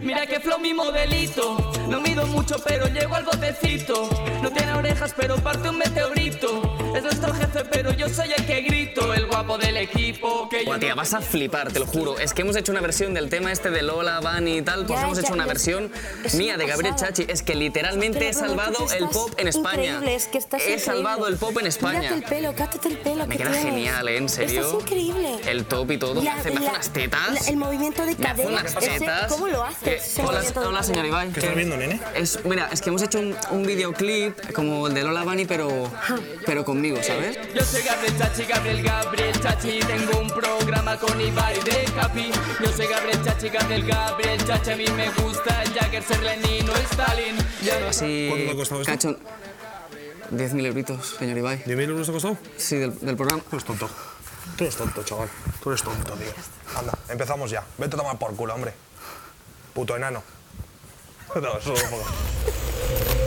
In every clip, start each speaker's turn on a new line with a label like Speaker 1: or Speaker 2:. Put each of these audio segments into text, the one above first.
Speaker 1: Mira que flow mi modelito. No mido mucho, pero llego al botecito. No tiene orejas, pero parte un meteorito. Es nuestro jefe, pero yo soy el que grito. El guapo del equipo. Que yo
Speaker 2: Buah, tía, vas a flipar, te lo juro. Es que hemos hecho una versión del tema este de Lola, Bunny y tal, pues
Speaker 3: Ya,
Speaker 2: hemos
Speaker 3: ya,
Speaker 2: hecho una
Speaker 3: ya.
Speaker 2: versión
Speaker 3: Es
Speaker 2: mía
Speaker 3: una
Speaker 2: de Gabriel
Speaker 3: pasada.
Speaker 2: Chachi. Es que literalmente
Speaker 3: Pero,
Speaker 2: he
Speaker 3: Roberto,
Speaker 2: salvado
Speaker 3: tú
Speaker 2: el
Speaker 3: estás
Speaker 2: pop en España.
Speaker 3: Increíble, es que estás
Speaker 2: he
Speaker 3: increíble.
Speaker 2: salvado el pop en España.
Speaker 3: Mírate el pelo, cátate el pelo.
Speaker 2: Me
Speaker 3: que
Speaker 2: queda
Speaker 3: tienes.
Speaker 2: genial, ¿eh? En serio.
Speaker 3: Estás increíble.
Speaker 2: El top y todo. me hace, me hace unas tetas.
Speaker 3: la- el movimiento de
Speaker 2: me hace
Speaker 3: cadera.
Speaker 2: unas
Speaker 3: ese-
Speaker 2: tetas.
Speaker 3: ¿Cómo lo
Speaker 2: Que-
Speaker 3: haces? ese
Speaker 2: hola,
Speaker 3: movimiento de
Speaker 2: hola,
Speaker 3: cadera?
Speaker 2: señor Ibai.
Speaker 4: ¿Qué estás viendo, nene?
Speaker 2: Es, mira, es que hemos hecho un, un videoclip como el de Lola Bunny, pero, pero conmigo, ¿sabes?
Speaker 1: Yo soy Gabriel Chachi, Gabriel, Gabriel Chachi. Tengo un programa con Ibai de Capi. Yo soy Gabriel Chachi, Gabriel, Gabriel Chachi. A mí me gusta el Jagger, ser Lenin o Stalin. Yo no
Speaker 2: Sí.
Speaker 4: ¿Cuánto te ha costado esto?
Speaker 2: Cachón. 10.000 euritos, señor Ibai.
Speaker 4: ¿10.000 euros te ha costado?
Speaker 2: Sí, del, del programa.
Speaker 4: Tú eres tonto. Tú eres tonto, chaval. Tú eres tonto, tío. Anda, empezamos ya. Vete a tomar por culo, hombre. Puto enano. No, eso no puedo.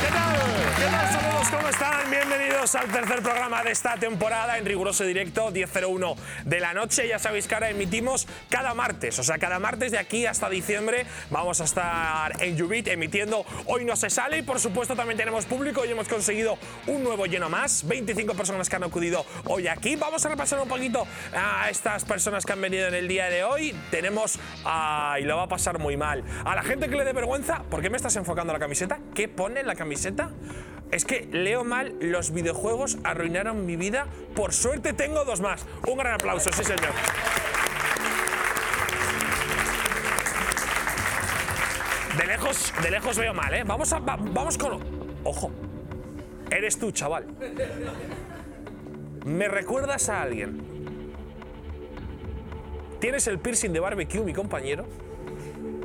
Speaker 4: ¿Qué tal? ¿Qué tal, saludos? ¿Cómo están? Bienvenidos al tercer programa de esta temporada en riguroso directo, 10.01 de la noche. Ya sabéis que ahora emitimos cada martes, o sea, cada martes de aquí hasta diciembre vamos a estar en Ubit emitiendo Hoy no se sale y por supuesto también tenemos público y hemos conseguido un nuevo lleno más, 25 personas que han acudido hoy aquí. Vamos a repasar un poquito a estas personas que han venido en el día de hoy. Tenemos, ay, lo va a pasar muy mal, a la gente que le dé vergüenza, ¿por qué me estás enfocando la camiseta? ¿Qué pone en la camiseta? Es que leo mal, los videojuegos arruinaron mi vida. Por suerte tengo dos más. Un gran aplauso, sí señor. De lejos, de lejos veo mal, ¿eh? Vamos, a, va- vamos con... Ojo. Eres tú, chaval. Me recuerdas a alguien. Tienes el piercing de barbecue, mi compañero.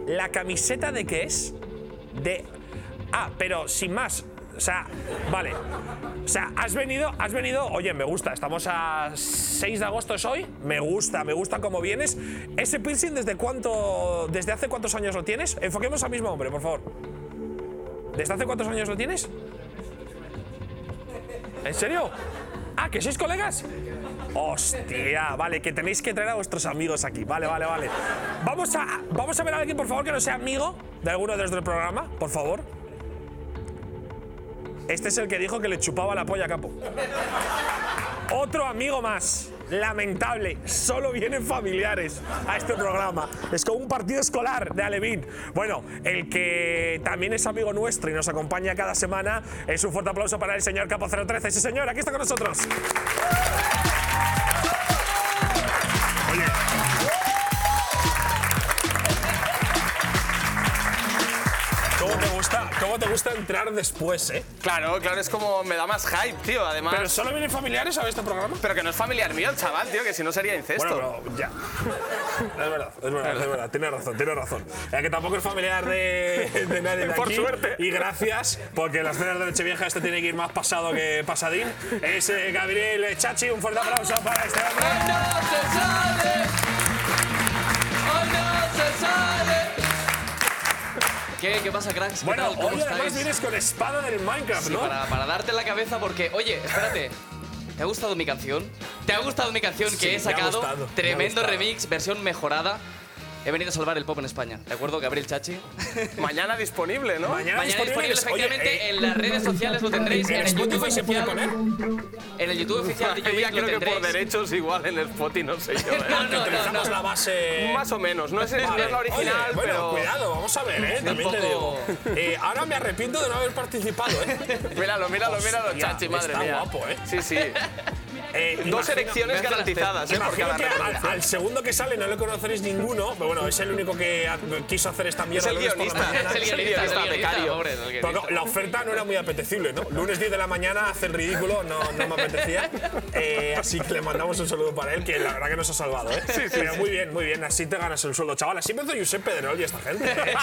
Speaker 4: La camiseta de qué es? De... Ah, pero sin más. O sea, vale. O sea, has venido, has venido, oye, me gusta, estamos a 6 de agosto es hoy, me gusta, me gusta cómo vienes. ¿Ese piercing desde cuánto, desde hace cuántos años lo tienes? Enfoquemos al mismo hombre, por favor. ¿Desde hace cuántos años lo tienes? ¿En serio? Ah, ¿que sois colegas? Hostia, vale, que tenéis que traer a vuestros amigos aquí. Vale, vale, vale. Vamos a, vamos a ver a alguien, por favor, que no sea amigo de alguno de los del programa, por favor. Este es el que dijo que le chupaba la polla a Capo. Otro amigo más. Lamentable, solo vienen familiares a este programa. Es como un partido escolar de Alevín. Bueno, el que también es amigo nuestro y nos acompaña cada semana, es un fuerte aplauso para el señor Capo 013. Sí, señor, aquí está con nosotros. ¿Cómo te gusta, cómo te gusta entrar después, eh?
Speaker 5: Claro, claro, es como me da más hype, tío, además.
Speaker 4: ¿Pero
Speaker 5: Pero,
Speaker 4: solo vienen familiares a ver este programa?
Speaker 5: que no es familiar mío el chaval, tío, que si no sería incesto.
Speaker 4: Bueno, pero ya. Es verdad, es verdad, es verdad. Tienes razón, tienes razón. Es que tampoco es familiar de, de nadie de
Speaker 5: Por
Speaker 4: aquí.
Speaker 5: suerte.
Speaker 4: Y gracias, porque las cenas de Nochevieja este tiene que ir más pasado que pasadín. Es eh, Gabriel Chachi, un fuerte aplauso para este hombre.
Speaker 1: Hoy no se sale. Hoy no se sale.
Speaker 2: ¿Qué, ¿Qué pasa, cracks? ¿Qué
Speaker 4: Bueno,
Speaker 2: tal? ¿Cómo
Speaker 4: hoy además
Speaker 2: estáis?
Speaker 4: vienes con espada del Minecraft,
Speaker 2: Sí,
Speaker 4: ¿no?
Speaker 2: para, para darte en la cabeza porque, oye, espérate. ¿Te ha gustado mi canción? ¿Te ha gustado mi canción
Speaker 4: Sí,
Speaker 2: que
Speaker 4: me
Speaker 2: he
Speaker 4: ha
Speaker 2: sacado?
Speaker 4: gustado, me ha
Speaker 2: Tremendo
Speaker 4: gustado.
Speaker 2: remix, versión mejorada. He venido a salvar el pop en España, ¿de acuerdo, Gabriel Chachi?
Speaker 5: Mañana disponible, ¿no?
Speaker 4: Mañana,
Speaker 2: Mañana disponible,
Speaker 4: Oye,
Speaker 2: efectivamente,
Speaker 4: eh,
Speaker 2: en las redes sociales lo tendréis.
Speaker 4: ¿en
Speaker 2: En el
Speaker 4: Spotify
Speaker 2: YouTube
Speaker 4: se puede
Speaker 2: oficial, En el YouTube oficial de
Speaker 5: Yo
Speaker 2: YouTube
Speaker 5: ya
Speaker 2: lo
Speaker 5: creo que por
Speaker 2: tendréis.
Speaker 5: derechos igual en Spotify, no sé yo.
Speaker 2: No,
Speaker 5: ¿eh?
Speaker 2: no, no,
Speaker 4: utilizamos
Speaker 2: no.
Speaker 4: la base.
Speaker 5: Más o menos, no es, no es
Speaker 4: Vale.
Speaker 5: la original,
Speaker 4: Oye, bueno,
Speaker 5: pero.
Speaker 4: cuidado, vamos a ver, ¿eh? También te digo.
Speaker 2: poco-
Speaker 4: Eh, ahora me arrepiento de no haber participado, ¿eh?
Speaker 5: Míralo, míralo, míralo,
Speaker 4: Hostia,
Speaker 5: chachi, madre
Speaker 4: está
Speaker 5: mía.
Speaker 4: guapo, ¿eh?
Speaker 5: Sí, sí.
Speaker 4: Eh,
Speaker 5: Dos
Speaker 4: imagino-
Speaker 5: erecciones garantizadas, ¿eh? Por
Speaker 4: Imagino
Speaker 5: cada
Speaker 4: que
Speaker 5: revolución.
Speaker 4: al, al segundo que sale no le conoceréis ninguno, pero bueno, es el único que ha- quiso hacer esta
Speaker 5: Es
Speaker 4: mierda.
Speaker 5: el
Speaker 4: lunes por la
Speaker 5: guionista,
Speaker 4: mañana.
Speaker 5: es el guionista,
Speaker 1: es el guionista,
Speaker 5: becario.
Speaker 1: pobre, es el guionista.
Speaker 4: Pero no, la oferta no era muy apetecible, ¿no? Lunes 10 de la mañana, hace el ridículo, no, no me apetecía. Eh, así que le mandamos un saludo para él, que la verdad que nos ha salvado, ¿eh? Pero muy bien, muy bien, así te ganas el sueldo, chaval. Así empezó Josep Pedrerol y esta gente. ¿eh?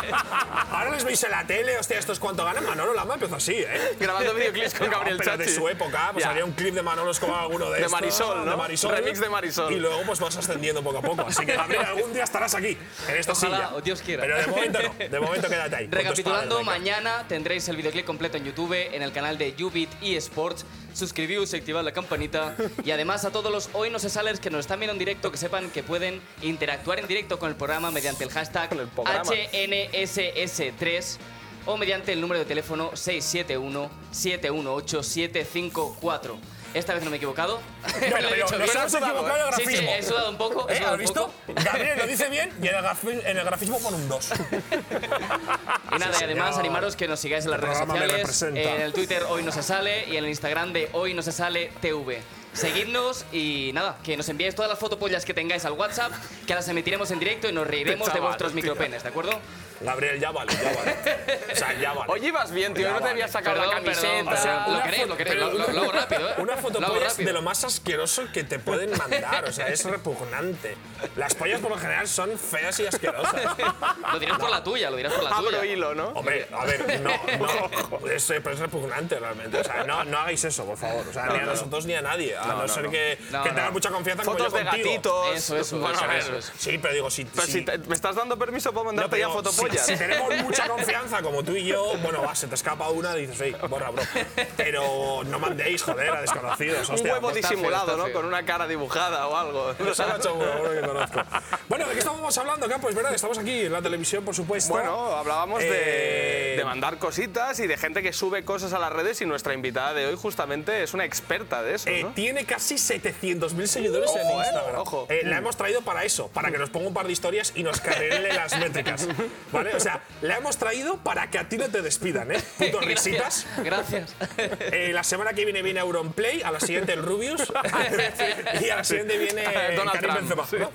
Speaker 4: Ahora les veis en la tele, hostia, esto es cuánto ganan. Manolo Lama empezó así, ¿eh?
Speaker 5: Grabando videoclips con Gabriel
Speaker 4: No, pero de
Speaker 5: Chachi.
Speaker 4: su época, pues
Speaker 5: Ya.
Speaker 4: había un clip de Manolo Escobar, alguno de,
Speaker 5: De
Speaker 4: estos,
Speaker 5: Marisol, ¿no?
Speaker 4: De Marisol.
Speaker 5: Remix de Marisol.
Speaker 4: Y luego pues vas ascendiendo poco a poco. Así que Gabriel, algún día estarás aquí, en esta
Speaker 1: Ojalá,
Speaker 4: silla.
Speaker 1: o Dios quiera.
Speaker 4: Pero de momento no, de momento quédate ahí. con tus
Speaker 1: Recapitulando,
Speaker 4: padres, venga.
Speaker 1: mañana tendréis el videoclip completo en YouTube, en el canal de Ubit eSports. Suscribíos, activad la campanita. Y además a todos los hoy no se sales que nos están viendo en directo, que sepan que pueden interactuar en directo con el programa mediante el hashtag
Speaker 5: Con el programa.
Speaker 1: HNSS3 o mediante el número de teléfono 671-718-754. Esta vez no me he equivocado.
Speaker 4: Bueno,
Speaker 1: Lo he
Speaker 4: pero
Speaker 1: dicho
Speaker 4: nos
Speaker 1: bien.
Speaker 4: hemos equivocado en el
Speaker 1: Sí, sí,
Speaker 4: grafismo.
Speaker 1: he sudado un poco. he
Speaker 4: ¿Eh?
Speaker 1: sudado
Speaker 4: ¿Has
Speaker 1: un
Speaker 4: visto?
Speaker 1: poco.
Speaker 4: Gabriel lo dice bien y en el, grafi- en el grafismo pone un 2.
Speaker 1: Y nada, y además
Speaker 4: señor.
Speaker 1: animaros que nos sigáis en las
Speaker 4: Este
Speaker 1: redes
Speaker 4: programa
Speaker 1: sociales,
Speaker 4: me
Speaker 1: Eh,
Speaker 4: representa.
Speaker 1: en el Twitter Hoy No Se Sale y en el Instagram de Hoy No Se Sale TV. Seguidnos y nada, que nos enviéis todas las fotopollas que tengáis al WhatsApp, que las emitiremos en directo y nos reiremos de
Speaker 5: Chaval,
Speaker 1: vuestros micropenes, ¿de acuerdo?
Speaker 4: Gabriel, ya vale, ya vale. O sea, ya vale.
Speaker 5: Oye, ibas bien, tío.
Speaker 4: Ya
Speaker 5: No te
Speaker 4: vale.
Speaker 5: había sacado la
Speaker 1: Perdón,
Speaker 5: camiseta.
Speaker 1: perdón,
Speaker 4: O sea,
Speaker 1: Lo
Speaker 4: una
Speaker 1: queréis,
Speaker 4: fo-
Speaker 1: lo queréis,
Speaker 4: pero
Speaker 1: lo- lo- lo hago rápido, ¿eh?
Speaker 4: Una foto
Speaker 1: Lo hago
Speaker 4: pollas
Speaker 1: rápido.
Speaker 4: de lo más asqueroso que te pueden mandar. O sea, es repugnante. Las pollas por lo general son feas y asquerosas.
Speaker 1: Lo dirás por la tuya, lo dirás por la
Speaker 5: Abro
Speaker 1: tuya.
Speaker 5: hilo, ¿no?
Speaker 4: Hombre, a ver, no, no, es, eh, pero es repugnante realmente. O sea, no, no hagáis eso, por favor. O sea, ni a nosotros ni a nadie. A no, ser que,
Speaker 1: No,
Speaker 4: que
Speaker 1: no.
Speaker 4: tengas mucha confianza como
Speaker 5: Fotos
Speaker 4: yo
Speaker 5: de
Speaker 4: contigo.
Speaker 5: gatitos.
Speaker 1: Eso, eso,
Speaker 5: Bueno,
Speaker 1: eso,
Speaker 5: a ver,
Speaker 1: eso, eso.
Speaker 4: Sí, pero digo, si,
Speaker 5: Pero si te- me estás dando permiso, puedo
Speaker 4: no,
Speaker 5: mandarte
Speaker 4: pero
Speaker 5: ya
Speaker 4: digo, si-
Speaker 5: fotopollas.
Speaker 4: Si, tenemos mucha confianza como tú y yo, bueno, va, se te escapa una y dices, hey, borra, bro. Pero no mandéis, joder, a desconocidos.
Speaker 5: Un
Speaker 4: hostia, pues,
Speaker 5: huevo
Speaker 1: está feo,
Speaker 5: disimulado,
Speaker 1: está
Speaker 5: ¿no?
Speaker 1: feo.
Speaker 5: Con una cara dibujada o algo.
Speaker 4: Los ha hecho uno, uno que conozco. Bueno, ¿de qué estábamos hablando, Campos? ¿Verdad? Estamos aquí en la televisión, por supuesto.
Speaker 5: Bueno, hablábamos
Speaker 4: Eh,
Speaker 5: de, de mandar cositas y de gente que sube cosas a las redes y nuestra invitada de hoy justamente es una experta de eso,
Speaker 4: Eh,
Speaker 5: ¿no?
Speaker 4: Tiene casi 700.000 seguidores en
Speaker 5: Ojo, eh,
Speaker 4: Instagram.
Speaker 5: ojo.
Speaker 4: Eh, la hemos traído para eso, para que nos ponga un par de historias y nos carrele las métricas. ¿Vale? O sea, la hemos traído para que a ti no te despidan, ¿eh? Putos risitas.
Speaker 1: Gracias.
Speaker 4: Eh, la semana que viene viene Auronplay, a la siguiente el Rubius y a la siguiente viene
Speaker 5: Ah, Donald
Speaker 4: Karim
Speaker 5: Trump,
Speaker 4: Benzema,
Speaker 5: sí.
Speaker 4: ¿no?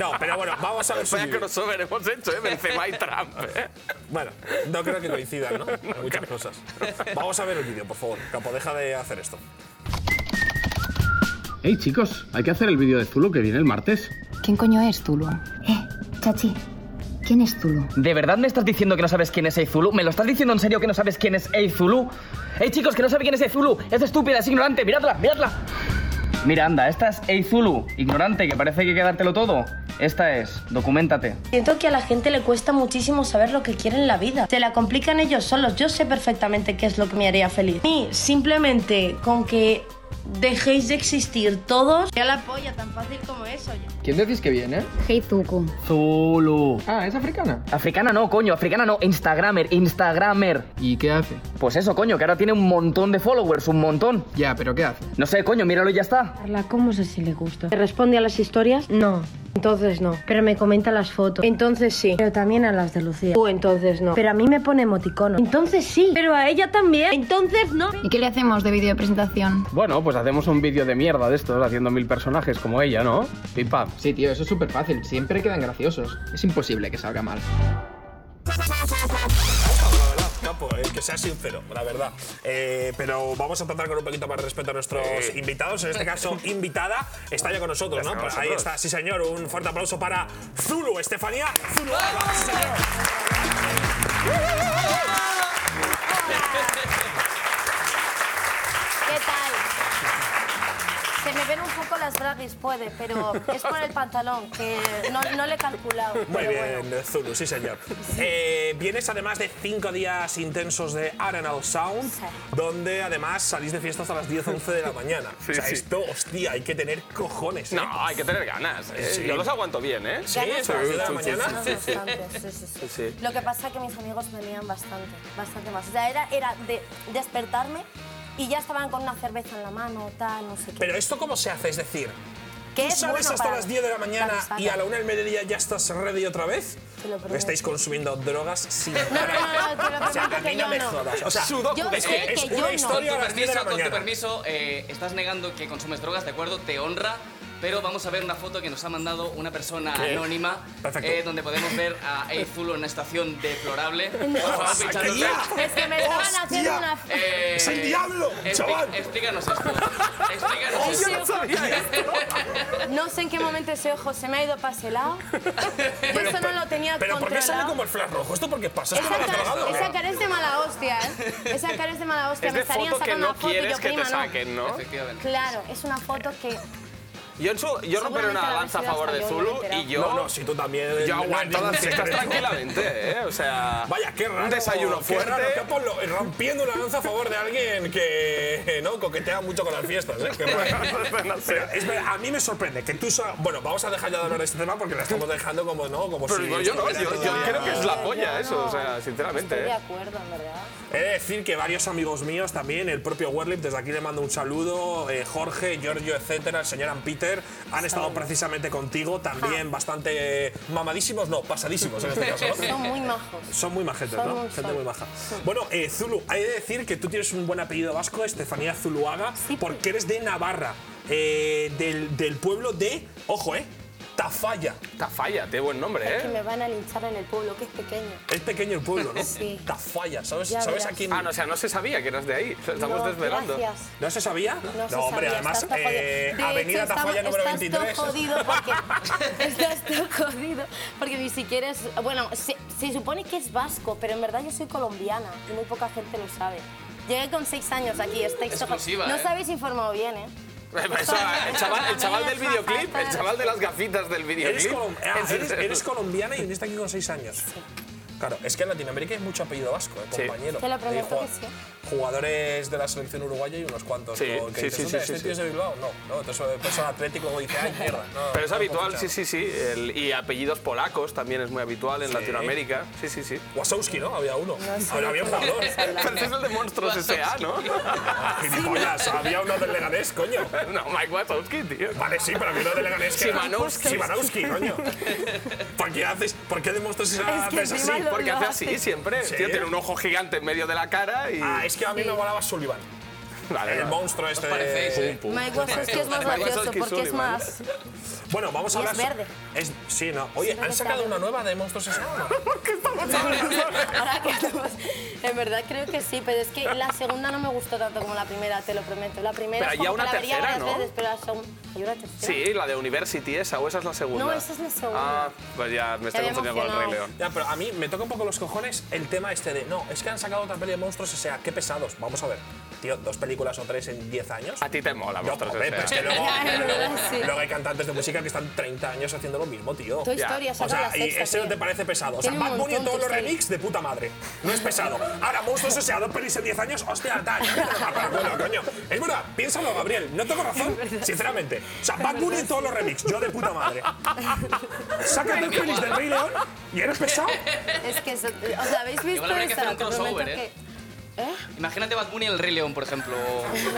Speaker 4: No, pero bueno, vamos a ver su
Speaker 5: Vaya
Speaker 4: nivel.
Speaker 5: crossover hemos hecho, ¿eh? Benzema y Trump, ¿eh?
Speaker 4: Bueno, no creo que coincidan, ¿no? En muchas cosas. Vamos a ver el vídeo, por favor. Capo, deja de hacer esto.
Speaker 6: Hey chicos, hay que hacer el vídeo de Zulu que viene el martes.
Speaker 7: ¿Quién coño es Tulu?
Speaker 8: Eh, Chachi, ¿quién es Tulu?
Speaker 1: ¿De verdad me estás diciendo que no sabes quién es Eizulu? ¿Me lo estás diciendo en serio que no sabes quién es Eizulu? ¡Ey, chicos, que no sabe quién es Eizulu! ¡Es estúpida, es ignorante! ¡Miradla, miradla! Mira, anda, esta es Eizulu, ignorante, que parece que hay que dártelo todo. Esta es, documentate.
Speaker 9: Siento que a la gente le cuesta muchísimo saber lo que quiere en la vida. Se la complican ellos solos. Yo sé perfectamente qué es lo que me haría feliz. Y simplemente con que dejéis de existir todos, ya la polla, tan fácil como eso.
Speaker 10: ¿Quién decís que viene?
Speaker 8: Heituku.
Speaker 10: Zulu. Ah, es africana.
Speaker 1: Africana no, coño, africana no, Instagramer, Instagramer.
Speaker 10: ¿Y qué hace?
Speaker 1: Pues eso, coño, que ahora tiene un montón de followers, un montón.
Speaker 10: Ya, pero ¿qué hace?
Speaker 1: No sé, coño, míralo y ya está.
Speaker 9: ¿Cómo sé si le gusta? ¿Te responde a las historias? No. Entonces no. Pero me comenta las fotos. Entonces sí. Pero también a las de Lucía. O entonces no. Pero a mí me pone emoticono. Entonces sí. Pero a ella también. Entonces no.
Speaker 7: ¿Y qué le hacemos de vídeo de presentación?
Speaker 6: Bueno, pues hacemos un vídeo de mierda de estos haciendo mil personajes como ella, ¿no? Pim pam.
Speaker 10: Sí, tío, eso es súper fácil. Siempre quedan graciosos. Es imposible que salga mal.
Speaker 4: La verdad, Capo, eh, que sea sincero, la verdad. Eh, pero vamos a tratar con un poquito más de respeto a nuestros invitados. En este caso, invitada está ya con nosotros, ¿no? Pues ahí está, sí, señor. Un fuerte aplauso para Zulu, Estefanía Zulu. Sí, señor.
Speaker 3: ¿Qué tal? Se me ven un poco las draguis, puede, pero es por el pantalón, que no, no le he calculado.
Speaker 4: Muy
Speaker 3: pero
Speaker 4: bien,
Speaker 3: bueno.
Speaker 4: Zulu, sí señor. Eh, vienes además de cinco días intensos de Arenal Sound,
Speaker 3: Sí.
Speaker 4: donde además salís de fiesta hasta las 10, 11 de la mañana.
Speaker 5: Sí,
Speaker 4: o sea,
Speaker 5: sí.
Speaker 4: esto, hostia, hay que tener cojones. ¿eh?
Speaker 5: No, hay que tener ganas. ¿eh?
Speaker 4: Sí.
Speaker 5: Yo los aguanto bien, ¿eh?
Speaker 4: Sí, hasta las 10 de la mañana.
Speaker 3: Ganas bastante, sí, sí, sí. Lo que pasa es que mis amigos venían bastante, bastante más. O sea, era, era de despertarme y ya estaban con una cerveza en la mano, tal, no sé qué.
Speaker 4: Pero esto, ¿cómo se hace? Es decir,
Speaker 3: ¿Qué
Speaker 4: ¿tú
Speaker 3: es
Speaker 4: sales
Speaker 3: bueno
Speaker 4: Pues hasta
Speaker 3: para
Speaker 4: las 10 de la mañana
Speaker 3: para
Speaker 4: y a la
Speaker 3: pasar?
Speaker 4: 1 del mediodía ya estás ready otra vez?
Speaker 3: te lo prometo.
Speaker 4: Estáis consumiendo drogas sin
Speaker 3: No, no, no, te lo
Speaker 4: O sea,
Speaker 3: prometo
Speaker 4: a mí
Speaker 3: que
Speaker 4: no
Speaker 3: yo
Speaker 4: me
Speaker 3: no.
Speaker 4: jodas. O sea,
Speaker 5: Sudoku.
Speaker 3: Yo
Speaker 5: Es
Speaker 3: sé
Speaker 5: que
Speaker 3: que,
Speaker 4: es
Speaker 3: yo
Speaker 4: una
Speaker 3: no.
Speaker 4: historia
Speaker 11: Con tu
Speaker 4: a las 10 de
Speaker 11: permiso,
Speaker 4: la
Speaker 11: con tu
Speaker 4: mañana.
Speaker 11: permiso, eh, estás negando que consumes drogas, ¿de acuerdo? Te honra, pero vamos a ver una foto que nos ha mandado una persona
Speaker 4: ¿Qué?
Speaker 11: anónima,
Speaker 4: Perfecto.
Speaker 11: eh, donde podemos ver a Eizulo en una estación deplorable. Por favor,
Speaker 4: Hostia.
Speaker 11: pinchadnos.
Speaker 3: Es que me estaban haciendo una.
Speaker 11: Eh, eh,
Speaker 4: ¡Es el diablo,
Speaker 11: expli-
Speaker 4: chaval!
Speaker 11: Explícanos esto. Explícanos
Speaker 3: Ese
Speaker 11: esto.
Speaker 3: ojo- No sé en qué momento ese ojo se me ha ido para ese lado. Yo eso no lo tenía
Speaker 4: Pero ¿por qué sale
Speaker 3: controlado.
Speaker 4: como el flash rojo? ¿Esto por qué pasa? ¿Esto
Speaker 3: Esa
Speaker 4: no lo has
Speaker 3: cara,
Speaker 4: drogado?
Speaker 3: esa cara es de mala hostia, ¿eh? Esa cara es de mala hostia.
Speaker 5: Es
Speaker 3: me
Speaker 5: de
Speaker 3: estarían
Speaker 5: foto que
Speaker 3: sacando
Speaker 5: no
Speaker 3: una foto y yo,
Speaker 5: quieres que
Speaker 3: prima,
Speaker 5: te
Speaker 3: no.
Speaker 5: saquen, ¿no?
Speaker 11: Efectivamente.
Speaker 3: Claro, es una foto que...
Speaker 5: Yo, en su- yo romperé
Speaker 3: Seguramente
Speaker 5: una
Speaker 3: la
Speaker 5: lanza a
Speaker 3: versión
Speaker 5: favor
Speaker 3: hasta
Speaker 5: de
Speaker 3: yo no me
Speaker 5: Zulu
Speaker 3: he enterado.
Speaker 5: y yo.
Speaker 4: No, no, si tú también.
Speaker 5: Yo
Speaker 4: no hay
Speaker 5: aguanto
Speaker 4: ningún
Speaker 5: las fiestas
Speaker 4: secreto.
Speaker 5: tranquilamente, ¿eh? O sea.
Speaker 4: Vaya, qué raro.
Speaker 5: Un desayuno
Speaker 4: qué
Speaker 5: fuerte.
Speaker 4: raro, qué Apolo, eh, rompiendo una lanza a favor de alguien que eh, no coquetea mucho con las fiestas. ¿eh? Qué raro. Pero, espera, a mí me sorprende que tú. sa- Bueno, vamos a dejar ya de hablar de este tema porque la estamos dejando como no, como
Speaker 5: Pero
Speaker 4: si.
Speaker 5: no, yo no, yo, yo
Speaker 4: Ah.
Speaker 5: creo que es la polla
Speaker 3: no,
Speaker 5: eso, o sea,
Speaker 3: no, Estoy
Speaker 5: sinceramente.
Speaker 3: de
Speaker 5: ¿eh?
Speaker 3: acuerdo, en verdad.
Speaker 4: He de Eh, decir que varios amigos míos también, el propio Werlip, desde aquí le mando un saludo, eh, Jorge, Giorgio, etcétera, el señor Ampeter, han estado precisamente contigo, también bastante eh, mamadísimos, no, pasadísimos en este caso. ¿no?
Speaker 3: Son muy majos.
Speaker 4: Son muy majetes,
Speaker 3: Son
Speaker 4: ¿no?
Speaker 3: muy-
Speaker 4: Gente
Speaker 3: son-
Speaker 4: muy maja. Bueno, eh, Zulu, hay de decir que tú tienes un buen apellido vasco, Estefanía Zuluaga, porque eres de Navarra, eh, del, del pueblo de, ojo, ¿eh? Tafalla.
Speaker 5: Tafalla, qué buen nombre,
Speaker 3: Es que
Speaker 5: ¿eh?
Speaker 3: me van a linchar en el pueblo, que es pequeño.
Speaker 4: Es pequeño el pueblo, ¿no?
Speaker 3: Sí.
Speaker 4: Tafalla, ¿sabes,
Speaker 3: Ya
Speaker 4: ¿sabes a
Speaker 3: verás.
Speaker 4: quién?
Speaker 5: Ah, no, o sea, no se sabía que eras de ahí. Estamos
Speaker 3: No,
Speaker 5: desvelando.
Speaker 3: Gracias.
Speaker 4: ¿No se sabía?
Speaker 3: No, se
Speaker 4: hombre,
Speaker 3: sabía,
Speaker 4: además,
Speaker 3: estás todo jodido.
Speaker 4: eh,
Speaker 3: De
Speaker 4: Avenida
Speaker 3: hecho,
Speaker 4: Tafalla
Speaker 3: estamos-
Speaker 4: número 23.
Speaker 3: Estás todo jodido porque. estás todo jodido porque ni siquiera es. Bueno, se, se supone que es vasco, pero en verdad yo soy colombiana y muy poca gente lo sabe. Llegué con seis años aquí, estáis todos-
Speaker 11: Exclusiva,
Speaker 3: No
Speaker 11: ¿eh?
Speaker 3: os habéis informado bien, ¿eh?
Speaker 5: Eso, el, chaval, el chaval del videoclip, el chaval de las gafitas del
Speaker 4: Eres,
Speaker 5: videoclip.
Speaker 4: colom- ah, eres- eres colombiana y viniste aquí con seis años. Claro, es que en Latinoamérica hay mucho apellido vasco, eh,
Speaker 5: Sí.
Speaker 4: compañero.
Speaker 3: Te lo prometo
Speaker 4: Hay jua-
Speaker 3: que sí. ¿eh?
Speaker 4: Jugadores de la selección uruguaya y unos cuantos.
Speaker 5: Sí,
Speaker 4: con- que
Speaker 5: sí,
Speaker 4: dices,
Speaker 5: sí,
Speaker 4: "Hostia,
Speaker 5: sí,
Speaker 4: ¿este tío
Speaker 5: sí, sí.
Speaker 4: es de Bilbao? No, no, entonces pues, el Atlético como dice, ay, mierda. no,
Speaker 5: Pero es
Speaker 4: no
Speaker 5: habitual,
Speaker 4: escuchado".
Speaker 5: sí, sí, sí. el- y apellidos polacos también es muy habitual en
Speaker 4: Sí.
Speaker 5: Latinoamérica. Sí, sí, sí.
Speaker 4: Wasowski, ¿no? Había uno. Ahora había un jugador.
Speaker 5: Pero ese es el de Monstruos S.A., ¿no?
Speaker 4: Ah, gilipollas, había uno del Leganés, coño.
Speaker 5: No, Mike Wazowski, tío.
Speaker 4: Vale, sí, pero a mí no de Leganés que era-
Speaker 3: Pues
Speaker 5: Simanowski.
Speaker 4: Simanowski, coño. ¿Por qué haces, por qué demuestras esa,
Speaker 3: Es que
Speaker 4: haces así?
Speaker 3: encima lo-
Speaker 5: Porque hace así siempre.
Speaker 4: Sí.
Speaker 5: Tío, tiene un ojo gigante en medio de la cara y.
Speaker 4: Ah, es que a mí me volaba Sullivan.
Speaker 5: Vale,
Speaker 4: El
Speaker 5: vale.
Speaker 4: monstruo este
Speaker 11: parecéis,
Speaker 4: de...
Speaker 11: eh?
Speaker 4: Pum, pum.
Speaker 3: Mike Wazowski es más
Speaker 5: Mike
Speaker 3: gracioso
Speaker 5: Wazowski
Speaker 3: porque es
Speaker 5: Sullivan.
Speaker 3: más.
Speaker 4: Bueno, vamos a
Speaker 3: Y es
Speaker 4: hablar...
Speaker 3: verde.
Speaker 4: Es- sí, no. Oye,
Speaker 3: Siempre
Speaker 4: ¿han
Speaker 3: me
Speaker 4: sacado
Speaker 3: sabe.
Speaker 4: una nueva de Monstruos S.A.?
Speaker 3: Ahora que estamos- En verdad creo que sí, pero es que la segunda no me gustó tanto como la primera, te lo prometo. La primera es
Speaker 5: Pero hay ya
Speaker 3: como que
Speaker 5: una
Speaker 3: la vería
Speaker 5: tercera,
Speaker 3: varias
Speaker 5: ¿no?
Speaker 3: veces, pero la segunda. ¿Hay una tercera?
Speaker 5: Sí, la de University esa, o esa es la segunda.
Speaker 3: No, esa es la segunda.
Speaker 5: Ah, pues ya me
Speaker 3: Se
Speaker 5: estoy
Speaker 3: había
Speaker 5: confundiendo con el Rey
Speaker 3: emocionado.
Speaker 5: León.
Speaker 4: Ya, pero a mí me toca un poco los cojones el tema este de... No, es que han sacado otra peli de Monstruos S.A. Qué pesados. Vamos a ver. Tío, dos películas o tres en 10 años.
Speaker 5: A ti te mola,
Speaker 4: No,
Speaker 5: Monstruos
Speaker 4: joder, pero es
Speaker 5: S.A.
Speaker 4: pues que luego,
Speaker 3: Ya, en verdad, sí.
Speaker 4: luego hay cantantes de música que están 30 años haciendo lo mismo, tío.
Speaker 3: Tu historia
Speaker 4: O
Speaker 3: saca
Speaker 4: sea,
Speaker 3: la
Speaker 4: y
Speaker 3: sexta.
Speaker 4: ese no
Speaker 3: tío.
Speaker 4: te parece pesado. O sea,
Speaker 3: Tiene un
Speaker 4: Bad Bunny en
Speaker 3: montón
Speaker 4: todos
Speaker 3: de
Speaker 4: los
Speaker 3: historia.
Speaker 4: remix de puta madre. No es pesado. Ahora, Monstruos S.A. dos pelis en 10 años, hostia, tal. Bueno, coño. Es verdad, piénsalo, Gabriel. No tengo razón, sinceramente. O sea, Bad Bunny en todos los remix, yo de puta madre. Saca dos pelis del Rey León y eres pesado.
Speaker 3: Es que, eso- ¿os la habéis visto
Speaker 11: Igual habría que
Speaker 3: esa?
Speaker 11: hacer un
Speaker 3: Te prometo
Speaker 11: crossover,
Speaker 3: que...
Speaker 11: ¿eh? Imagínate Bad Bunny y el Rey León, por ejemplo.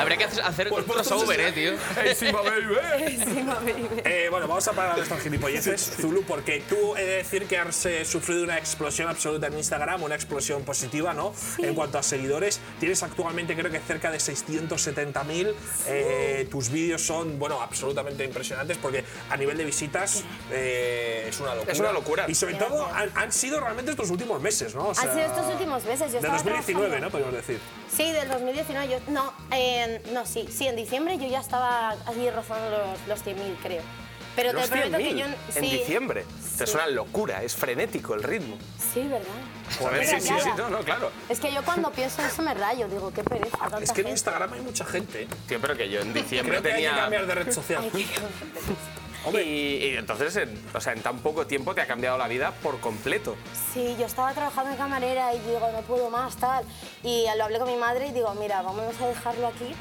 Speaker 11: Habría que hacer, hacer
Speaker 4: Pues
Speaker 11: un crossover, eh, tío.
Speaker 5: Encima, baby.
Speaker 4: Eh, bueno, vamos a parar estos gilipolleces, Zulu, porque tú he de decir que has eh, sufrido una explosión absoluta en Instagram, una explosión positiva, ¿no? En cuanto a seguidores, tienes actualmente creo que cerca de 670.000. eh, tus vídeos son, bueno, absolutamente impresionantes porque a nivel de visitas eh, es una locura.
Speaker 5: Es una locura.
Speaker 4: Y sobre todo han, han sido realmente estos últimos meses, ¿no? O
Speaker 3: Han sido estos últimos meses. Yo
Speaker 4: De
Speaker 3: estaba
Speaker 4: 2019, ¿no?
Speaker 3: trabajando-
Speaker 4: Podemos decir.
Speaker 3: Sí, del 2019. Yo, no, en- no, sí, sí, en diciembre yo ya estaba allí rozando los, los 100.000, creo. Pero te
Speaker 5: Los
Speaker 3: prometo que yo...
Speaker 5: 100.000
Speaker 3: sí,
Speaker 5: en diciembre. O sea, Es
Speaker 3: Sí.
Speaker 5: una locura, es frenético el ritmo.
Speaker 3: Sí, ¿verdad?
Speaker 5: Joder, sí,
Speaker 3: Pero
Speaker 5: sí,
Speaker 3: nada.
Speaker 5: sí, no, no, claro.
Speaker 3: Es que yo cuando pienso eso me rayo, digo, qué pereza, tanta
Speaker 4: Es que en
Speaker 3: gente.
Speaker 4: Instagram hay mucha gente.
Speaker 5: Tío, pero que yo en diciembre
Speaker 4: Creo que hay que
Speaker 5: tenía.
Speaker 4: cambiar de red social.
Speaker 5: Y, y entonces, en, o sea, en tan poco tiempo te ha cambiado la vida por completo.
Speaker 3: Sí, yo estaba trabajando en camarera y digo, no puedo más, tal. Y lo hablé con mi madre y digo, mira, vamos a dejarlo aquí.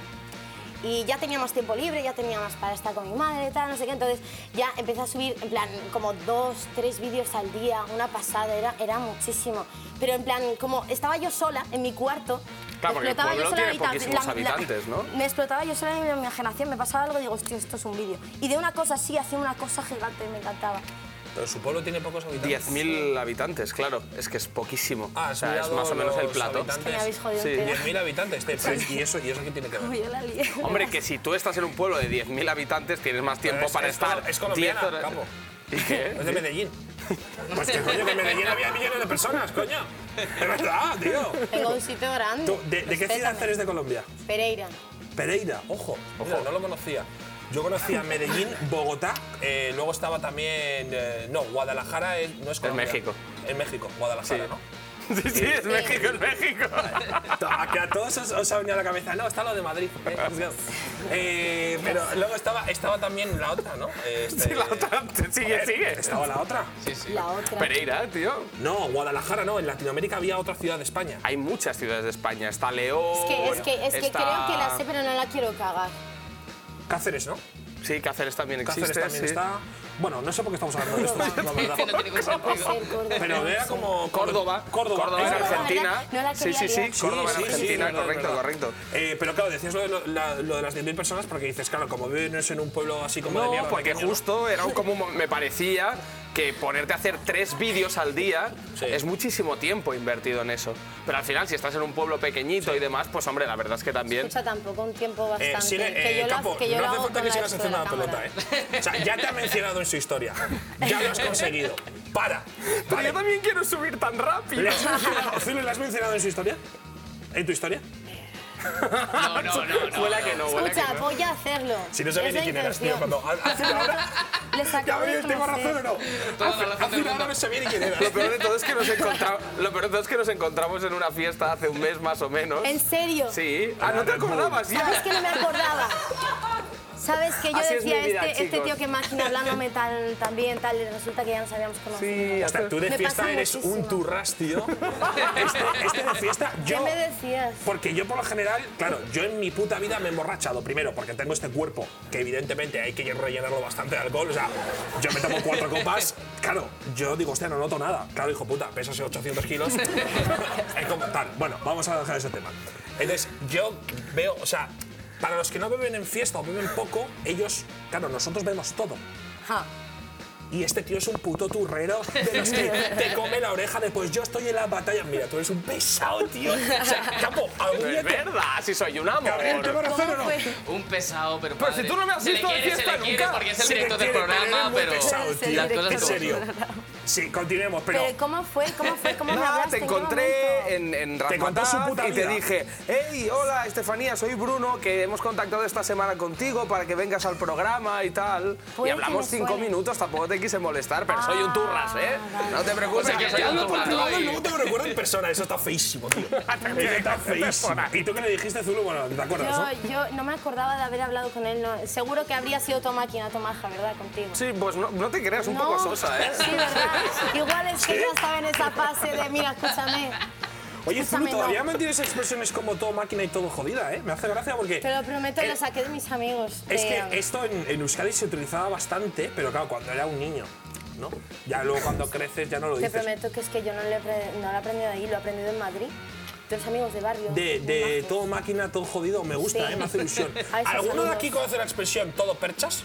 Speaker 3: Y ya tenía más tiempo libre, ya tenía más para estar con mi madre, tal, no sé qué. Entonces ya empecé a subir, en plan, como dos, tres vídeos al día, una pasada, era, era muchísimo. Pero en plan, como estaba yo sola en mi cuarto,
Speaker 5: Claro, porque el
Speaker 3: explotaba yo
Speaker 5: pueblo
Speaker 3: sola
Speaker 5: tiene
Speaker 3: y tam-
Speaker 5: poquísimos habitantes, ¿no?
Speaker 3: Me explotaba yo sola en mi imaginación, me pasaba algo y digo, hostia, esto es un vídeo. Y de una cosa así, hacía una cosa gigante, me encantaba.
Speaker 4: Pero su pueblo tiene pocos habitantes.
Speaker 5: 10.000 habitantes, claro. Es que es poquísimo.
Speaker 4: Ah,
Speaker 5: o
Speaker 4: has
Speaker 5: sea, es
Speaker 4: mirado
Speaker 5: más o menos el
Speaker 4: los
Speaker 5: plato.
Speaker 4: habitantes.
Speaker 3: Me habéis jodido
Speaker 5: Pues Sí.
Speaker 3: entera.
Speaker 4: 10.000 habitantes, te- pero ¿y eso, ¿y eso qué tiene que ver?
Speaker 3: Uy, yo la lié.
Speaker 5: Hombre, que si tú estás en un pueblo de 10.000 habitantes, tienes más tiempo
Speaker 4: Pero es-
Speaker 5: para
Speaker 4: es
Speaker 5: estar.
Speaker 4: colo- es colombiana,
Speaker 5: 10 horas-
Speaker 4: capo.
Speaker 5: ¿Y qué?
Speaker 4: Es de Medellín. Pues que coño, que en Medellín había millones de personas, coño. De verdad, tío.
Speaker 3: Tengo un sitio grande.
Speaker 4: Tú, ¿de, de qué ciudad eres de Colombia?
Speaker 3: Pereira.
Speaker 4: Pereira, ojo, mira, no lo conocía. Yo conocía Medellín, Bogotá, eh, luego estaba también. eh, no, Guadalajara eh, no es Colombia.
Speaker 5: México.
Speaker 4: En México, Guadalajara, ¿no?
Speaker 5: Sí, sí, es México, es México.
Speaker 4: A, que a todos os, os ha venido a la cabeza, no, está lo de Madrid. eh, es verdad. Eh, pero luego estaba, estaba también la otra, ¿no? Eh, este-
Speaker 5: Sí, la otra. Sigue,
Speaker 4: Joder,
Speaker 5: sigue.
Speaker 4: Estaba la otra.
Speaker 3: La otra.
Speaker 5: Pereira, tío.
Speaker 4: No, Guadalajara no, en Latinoamérica había otra ciudad de España.
Speaker 5: Hay muchas ciudades de España. Está León.
Speaker 3: Es que, es que, es que
Speaker 5: está-
Speaker 3: creo que la sé, pero no la quiero cagar.
Speaker 4: Cáceres, ¿no?
Speaker 5: Sí, Cáceres también existe.
Speaker 4: Cáceres también
Speaker 5: sí.
Speaker 4: está. Bueno, no sé por qué estamos hablando de esto, la verdad.
Speaker 11: no tiene sentido.
Speaker 3: Puede ser Córdoba.
Speaker 4: Pero era como
Speaker 5: Córdoba.
Speaker 4: Córdoba,
Speaker 5: es
Speaker 4: Era-
Speaker 5: Argentina.
Speaker 3: Ah, No la
Speaker 5: sí,
Speaker 3: quería
Speaker 5: sí, sí.
Speaker 3: liar.
Speaker 4: Sí,
Speaker 5: Córdoba es
Speaker 4: sí, sí,
Speaker 5: Argentina,
Speaker 4: verdad,
Speaker 5: correcto,
Speaker 4: verdad.
Speaker 5: correcto.
Speaker 4: Eh, pero claro, decías lo de, lo- la- lo de las 10.000 personas porque dices, claro, como vives en un pueblo así como de
Speaker 5: No,
Speaker 4: mierda
Speaker 5: porque
Speaker 4: pequeño,
Speaker 5: justo era un como mo- me parecía que ponerte a hacer tres vídeos al día
Speaker 4: Sí.
Speaker 5: es muchísimo tiempo invertido en eso. Pero al final, si estás en un pueblo pequeñito y demás, pues hombre, la verdad es que también.
Speaker 3: Escucha, tampoco un tiempo
Speaker 4: Eh,
Speaker 3: bastante.
Speaker 4: Sire, eh,
Speaker 3: que yo
Speaker 4: Capo,
Speaker 3: la, que yo
Speaker 4: no
Speaker 3: la
Speaker 4: hace
Speaker 3: hago
Speaker 4: falta
Speaker 3: con
Speaker 4: que
Speaker 3: la
Speaker 4: sigas
Speaker 3: esto de
Speaker 4: haciendo la
Speaker 3: la
Speaker 4: pelota,
Speaker 3: cámara.
Speaker 4: ¿eh? O sea, ya te ha mencionado en su historia. Ya lo has conseguido. Para.
Speaker 5: Pero yo también quiero subir tan rápido.
Speaker 4: ¿Le has mencionado, Zulu, ¿le has mencionado en su historia? ¿En tu historia?
Speaker 11: No, no, no. no.
Speaker 5: Huela que no, huela que
Speaker 3: Escucha,
Speaker 5: no.
Speaker 3: voy a hacerlo.
Speaker 4: Si no
Speaker 3: sabéis
Speaker 4: sabéis ni quién eras, tío, cuando. Hace una hora.
Speaker 3: Les
Speaker 4: Ya
Speaker 3: acabo de
Speaker 4: veis, tengo razón o
Speaker 3: conocer.
Speaker 4: no.
Speaker 11: Toda la
Speaker 4: Hace,
Speaker 11: razón
Speaker 4: hace
Speaker 11: del
Speaker 4: una hora
Speaker 11: mundo.
Speaker 4: no sabía ni quién eras.
Speaker 5: Lo peor, de todo es que nos encontra- lo peor de todo es que nos encontramos en una fiesta hace un mes más o menos.
Speaker 3: ¿En serio?
Speaker 5: Sí. Ah, ¿no te acordabas
Speaker 3: ¿Sabes
Speaker 5: ya?
Speaker 3: que no me acordaba? ¿Sabes que yo
Speaker 5: Así es
Speaker 3: decía,
Speaker 5: mi vida,
Speaker 3: este, este
Speaker 5: chicos.
Speaker 3: tío que máquina hablándome tan, tan bien, tal, y resulta que ya nos habíamos conocido?
Speaker 5: Sí,
Speaker 4: O sea, tú de
Speaker 3: Me
Speaker 4: fiesta
Speaker 3: pasa
Speaker 4: eres un
Speaker 3: muchísimo.
Speaker 4: turras, tío. Este, este de fiesta, yo.
Speaker 3: ¿Qué me decías?
Speaker 4: Porque yo por lo general, claro, yo en mi puta vida me he emborrachado. Primero, porque tengo este cuerpo que evidentemente hay que rellenarlo bastante de alcohol. O sea, yo me tomo cuatro copas. Claro, yo digo, hostia, no noto nada. Claro, hijo puta, pesas 800 kilos. Es como tal. Bueno, vamos a dejar ese tema. Entonces, yo veo, o sea, para los que no beben en fiesta o beben poco, ellos, claro, nosotros vemos todo.
Speaker 3: Ja.
Speaker 4: Y este tío es un puto turrero de los que te come la oreja después. Yo estoy en la batalla. Mira, tú eres un pesado, tío. O sea, capo, algún
Speaker 5: Pero
Speaker 4: día
Speaker 5: Es
Speaker 4: te-
Speaker 5: verdad, si soy un amor.
Speaker 4: Gabriel, ¿te van a hacer o no?
Speaker 11: Un pesado, pero.
Speaker 5: Pero
Speaker 11: padre,
Speaker 5: si tú no me has
Speaker 11: se le
Speaker 5: visto en
Speaker 11: quiere, se
Speaker 5: fiesta
Speaker 11: le quiere
Speaker 5: nunca.
Speaker 11: Porque es el
Speaker 4: Se le
Speaker 11: director del
Speaker 4: quiere, pero eres
Speaker 11: programa,
Speaker 4: muy
Speaker 11: pero.
Speaker 4: pesado,
Speaker 11: las
Speaker 4: tío.
Speaker 11: cosas
Speaker 4: En
Speaker 11: como
Speaker 4: serio.
Speaker 11: son.
Speaker 4: Sí, continuemos, pero.
Speaker 3: Pero ¿cómo fue? ¿Cómo fue? ¿Cómo me
Speaker 5: Nada,
Speaker 3: hablaste?
Speaker 5: te
Speaker 3: ¿En qué momento?
Speaker 5: encontré en, en
Speaker 4: Te contó
Speaker 5: Razzmatazz
Speaker 4: su puta
Speaker 5: y te
Speaker 4: vida.
Speaker 5: dije, hey, hola Estefanía, soy Bruno, que hemos contactado esta semana contigo para que vengas al programa y tal. Y
Speaker 3: Puede
Speaker 5: hablamos
Speaker 3: que me Ah,
Speaker 5: cinco
Speaker 3: suene.
Speaker 5: minutos, tampoco te quise molestar, pero soy un turras, ¿eh? No te preocupes,
Speaker 11: O sea,
Speaker 5: que
Speaker 11: que
Speaker 5: soy
Speaker 11: ya
Speaker 5: un
Speaker 11: lo
Speaker 5: turras.
Speaker 11: comprobó.
Speaker 4: Hablando y luego te lo recuerdo en persona. Eso está feísimo, tío. Eso está feísimo. ¿Y tú qué le dijiste, Zulu? Bueno, ¿te acuerdas? no?
Speaker 3: Yo, yo no me acordaba de haber hablado con él. no. Seguro que habría sido tu máquina, tu maja, ¿verdad? Contigo.
Speaker 5: Sí, pues no, no te creas, un
Speaker 3: No,
Speaker 5: poco sosa, ¿eh?
Speaker 3: Sí, ¿verdad? Igual es que ya estaba en esa fase de, mira, escúchame.
Speaker 4: Oye,
Speaker 3: Escúchame,
Speaker 4: Zulu,
Speaker 3: pues no.
Speaker 4: todavía mantienes expresiones como todo máquina y todo jodida, ¿eh? Me hace gracia porque.
Speaker 3: Te lo prometo,
Speaker 4: Eh,
Speaker 3: lo saqué de mis amigos. eh,
Speaker 4: Es
Speaker 3: de-
Speaker 4: que esto en, en Euskadi se utilizaba bastante, pero claro, cuando era un niño, ¿no? Ya luego cuando creces ya no lo
Speaker 3: Te
Speaker 4: dices.
Speaker 3: prometo que es que yo no, le pre- no lo he aprendido ahí, lo he aprendido en Madrid. De los amigos de barrio.
Speaker 4: De,
Speaker 3: muy
Speaker 4: de
Speaker 3: majos.
Speaker 4: todo máquina, todo jodido, me gusta,
Speaker 3: Sí.
Speaker 4: ¿eh? me hace ilusión.
Speaker 3: A esos
Speaker 4: ¿Alguno de
Speaker 3: amigos.
Speaker 4: aquí conoce la expresión todo perchas?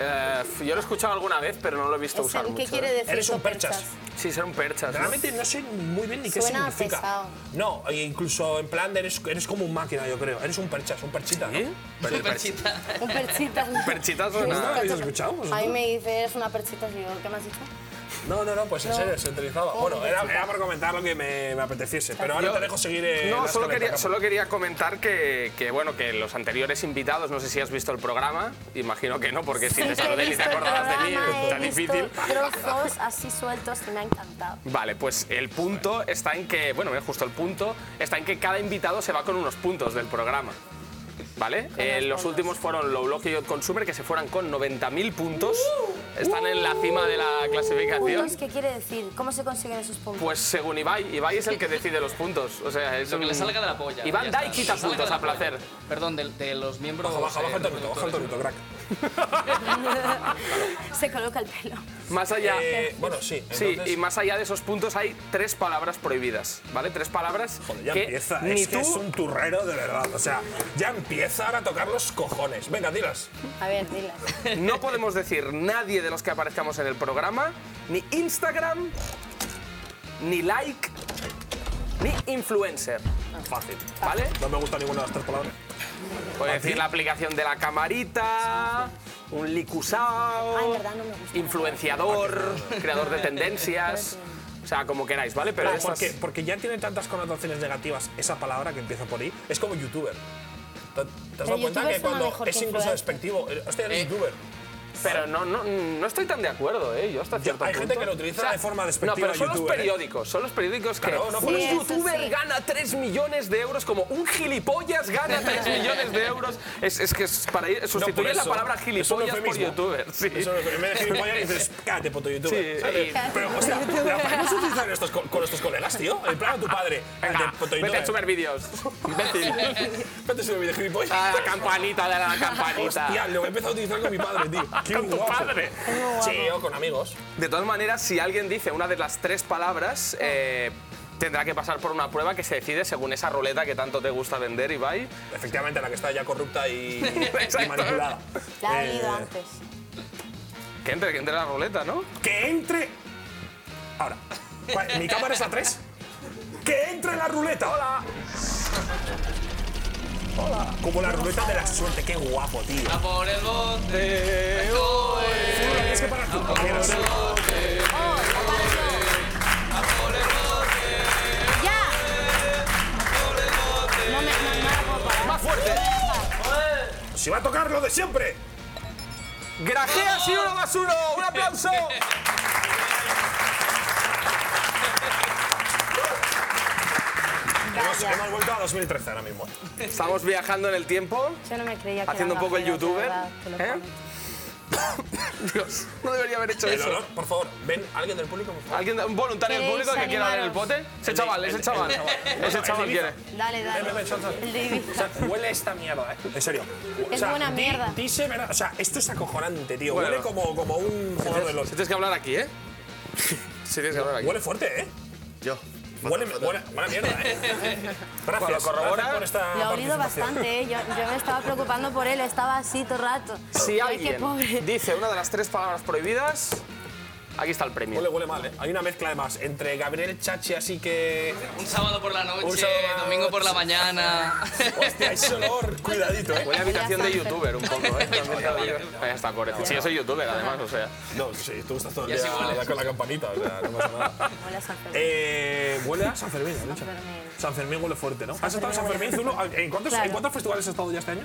Speaker 5: Eh, yo lo he escuchado alguna vez, pero no lo he visto
Speaker 3: Es
Speaker 5: usar
Speaker 3: el-
Speaker 5: mucho.
Speaker 3: ¿Qué quiere
Speaker 5: ¿eh?
Speaker 3: decir?
Speaker 4: Eres un
Speaker 3: con perchas?
Speaker 4: perchas.
Speaker 5: Sí, ser un perchas. ¿no?
Speaker 4: Realmente no sé muy bien ni qué
Speaker 3: Suena
Speaker 4: significa.
Speaker 3: pesado.
Speaker 4: No, e incluso en plan de eres, eres como un máquina, yo creo. Eres un perchas, un perchita, ¿no?
Speaker 5: ¿Eh? Pero-
Speaker 11: Superchita.
Speaker 3: Un perchita. Un
Speaker 5: perchita suena-
Speaker 4: Pues ¿No lo habéis escuchado vosotros?
Speaker 3: Ahí me dice, eres una perchita. Y yo, ¿qué me has dicho?
Speaker 4: No, no, no, pues en serio, se utilizaba. Bueno, era, era para comentar lo que me, me apeteciese, pero ahora
Speaker 5: Yo-
Speaker 4: te dejo seguir. eh,
Speaker 5: No,
Speaker 4: las
Speaker 5: solo
Speaker 4: calentas,
Speaker 5: quería,
Speaker 4: capo.
Speaker 5: solo quería comentar que, que, bueno, que los anteriores invitados, no sé si has visto el programa, imagino que no, porque si
Speaker 3: Sí,
Speaker 5: te
Speaker 3: que he
Speaker 5: saludé y
Speaker 3: visto
Speaker 5: te
Speaker 3: el
Speaker 5: acordabas de mí,
Speaker 3: programa, he
Speaker 5: tan
Speaker 3: visto
Speaker 5: difícil.
Speaker 3: Trozos así sueltos y me ha encantado.
Speaker 5: Vale, pues el punto está en que, bueno, mira, justo el punto está en que cada invitado se va con unos puntos del programa. ¿Vale? Eh, los últimos fueron Lowlock y Odd Consumer, que se fueron con 90.000 puntos.
Speaker 3: Uh,
Speaker 5: Están en la cima de la clasificación.
Speaker 3: Puntos, ¿qué quiere decir? ¿Cómo se consiguen esos puntos?
Speaker 5: Pues según Ibai, Ibai es el que decide los puntos. O sea, es
Speaker 11: Lo que
Speaker 5: un-
Speaker 11: le salga de la polla.
Speaker 5: Iván
Speaker 11: ya
Speaker 5: Dai
Speaker 11: está.
Speaker 5: quita
Speaker 11: Lo que le
Speaker 5: puntos
Speaker 11: salga
Speaker 5: a
Speaker 11: de la
Speaker 5: placer.
Speaker 11: polla. Perdón, de, de los miembros.
Speaker 4: Baja, baja,
Speaker 11: eh,
Speaker 4: baja el tornito, baja el
Speaker 11: reproductores.
Speaker 4: tornito, crack.
Speaker 3: Se coloca el pelo.
Speaker 5: Más allá.
Speaker 3: Eh,
Speaker 4: bueno, sí.
Speaker 5: Sí,
Speaker 4: entonces-
Speaker 5: y más allá de esos puntos hay tres palabras prohibidas, ¿vale? Tres palabras
Speaker 4: Ya
Speaker 5: que
Speaker 4: empieza.
Speaker 5: ni
Speaker 4: es
Speaker 5: tú
Speaker 4: que es un turrero de verdad. O sea, ya empieza ahora a tocar los cojones. Venga, dilas.
Speaker 3: A ver, dilas.
Speaker 5: no podemos decir nadie de los que aparezcamos en el programa, ni Instagram, ni like, ni influencer.
Speaker 4: Fácil.
Speaker 5: ¿Vale?
Speaker 4: No me gusta ninguna de las tres palabras.
Speaker 5: Puedes decir la aplicación de la camarita, un licusao, influenciador, creador de tendencias.
Speaker 4: pues.
Speaker 5: O sea, como queráis, ¿vale? Pero
Speaker 4: Claro, Ah,
Speaker 5: estas-
Speaker 4: porque, porque ya tiene tantas connotaciones negativas esa palabra que empieza por ahí. Es como youtuber. ¿Te, te has dado
Speaker 5: Pero
Speaker 4: cuenta
Speaker 5: youtuber
Speaker 4: que
Speaker 5: suena
Speaker 4: cuando
Speaker 5: mejor
Speaker 4: es
Speaker 5: que
Speaker 4: incluso
Speaker 5: influencer.
Speaker 4: despectivo? eh, Hostia, eres
Speaker 5: Eh,
Speaker 4: youtuber.
Speaker 5: Pero no, no, no estoy tan de acuerdo, ¿eh? Yo hasta cierto
Speaker 4: hay gente
Speaker 5: punto.
Speaker 4: que lo utiliza de forma
Speaker 5: No,
Speaker 4: despectiva
Speaker 5: pero son los
Speaker 4: youtuber, ¿eh?
Speaker 5: periódicos, son los periódicos que
Speaker 4: Claro, no, por
Speaker 5: un
Speaker 4: eso. Sí, eso
Speaker 5: youtuber gana 3 millones de euros como un gilipollas gana 3 millones de euros. Es, es que es para ir-
Speaker 4: No, por
Speaker 5: sustituye la
Speaker 4: eso.
Speaker 5: palabra
Speaker 4: Es un
Speaker 5: gilipollas por
Speaker 4: eufemismo.
Speaker 5: youtuber. Sí.
Speaker 4: Eso es lo que- en vez de gilipollas dices, cállate, puto youtuber.
Speaker 5: Sí,
Speaker 4: ¿sabes?
Speaker 5: y-
Speaker 4: Pero, o sea, ¿pero ¿para qué no se utilizan estos co- con estos colegas, tío? En plan, a tu padre.
Speaker 5: Venga,
Speaker 4: cállate, puto
Speaker 5: vete
Speaker 4: youtuber.
Speaker 5: a subir vídeos. Imbécil.
Speaker 4: Vete a subir vídeos, gilipollas.
Speaker 5: Ah, la campanita, dale a la campanita.
Speaker 4: Hostia, lo he empezado a utilizar con mi padre, tío. Qué
Speaker 5: Con tu
Speaker 4: guapo.
Speaker 5: padre.
Speaker 4: Sí, o con amigos.
Speaker 5: De todas maneras, si alguien dice una de las tres palabras, eh, tendrá que pasar por una prueba que se decide según esa ruleta que tanto te gusta vender, Ibai.
Speaker 4: Efectivamente, la que está ya corrupta y, y
Speaker 5: Exacto.
Speaker 4: manipulada.
Speaker 3: La ha leído
Speaker 4: Eh,
Speaker 3: antes.
Speaker 5: Que entre, que entre la ruleta, ¿no?
Speaker 4: Que entre. Ahora. ¿Cuál- Mi cámara es la 3. Que entre la ruleta. Hola. Hola. Como la ruleta de la suerte. Qué guapo, tío.
Speaker 11: A por el bote.
Speaker 4: Es que para tú. Quieras.
Speaker 5: ¡Más fuerte!
Speaker 4: Si va a tocar lo de siempre.
Speaker 5: ¡Grajea si uno más uno! ¡Un aplauso!
Speaker 4: Hemos, hemos vuelto a 2013 ahora mismo.
Speaker 5: Estamos viajando en el tiempo,
Speaker 3: Yo no me creía que
Speaker 5: haciendo un
Speaker 3: eran
Speaker 5: poco el
Speaker 3: gajeras, de
Speaker 5: youtuber.
Speaker 3: verdad, te lo
Speaker 5: ¿Eh?
Speaker 3: prometo.
Speaker 5: Dios, no debería haber hecho
Speaker 4: El
Speaker 5: eso.
Speaker 4: olor, por favor, ven, alguien del público, por favor.
Speaker 5: ¿Alguien, un voluntario del
Speaker 3: ¿Queréis
Speaker 5: público que quiera dar el
Speaker 3: animaros?
Speaker 5: bote? Ese chaval, ese chaval. Ese chaval quiere.
Speaker 3: Dale, dale. El de Ibiza.
Speaker 4: O sea, huele esta mierda, ¿eh? En serio.
Speaker 3: Es buena
Speaker 4: di-
Speaker 3: mierda.
Speaker 4: Dice, verdad, o sea, esto es acojonante, tío.
Speaker 5: Bueno.
Speaker 4: Huele como, como un
Speaker 5: Si
Speaker 4: jugador de
Speaker 5: tienes,
Speaker 4: LOL.
Speaker 5: si tienes que hablar aquí, ¿eh? Si tienes que hablar aquí.
Speaker 4: Huele fuerte, ¿eh?
Speaker 5: Yo.
Speaker 4: Huele, huele, buena mierda, ¿eh? Gracias.
Speaker 5: Bueno, corrobora.
Speaker 4: gracias por esta
Speaker 3: Lo ha olido
Speaker 4: participación.
Speaker 3: bastante, ¿eh? Yo, yo me estaba preocupando por él, estaba así todo el rato.
Speaker 5: Si
Speaker 3: Ay, qué pobre.
Speaker 5: alguien dice una de las tres palabras prohibidas, aquí está el premio.
Speaker 4: Huele, huele mal, ¿eh? Hay una mezcla además entre Gabriel Chachi, así que.
Speaker 11: Un sábado por la noche,
Speaker 4: Un sábado por la
Speaker 11: domingo por la mañana.
Speaker 4: Hostia, ese olor, cuidadito, ¿eh?
Speaker 5: Huele a habitación de
Speaker 3: Huele a
Speaker 5: youtuber un poco, ¿eh? También te lo digo. Ahí está, pobre. Sí, yo soy youtuber, además, o sea.
Speaker 4: No, sí, tú estás todo el
Speaker 11: Y así
Speaker 4: día
Speaker 11: hueles.
Speaker 4: con la campanita, o sea, no pasa nada.
Speaker 3: Hola, San Fermín.
Speaker 4: Eh, huele a San Fermín, has dicho. San Fermín huele fuerte, ¿no? ¿Has estado en San Fermín, Zulo? ¿En cuántos,
Speaker 3: Claro.
Speaker 4: ¿En cuántos festivales has estado ya este año?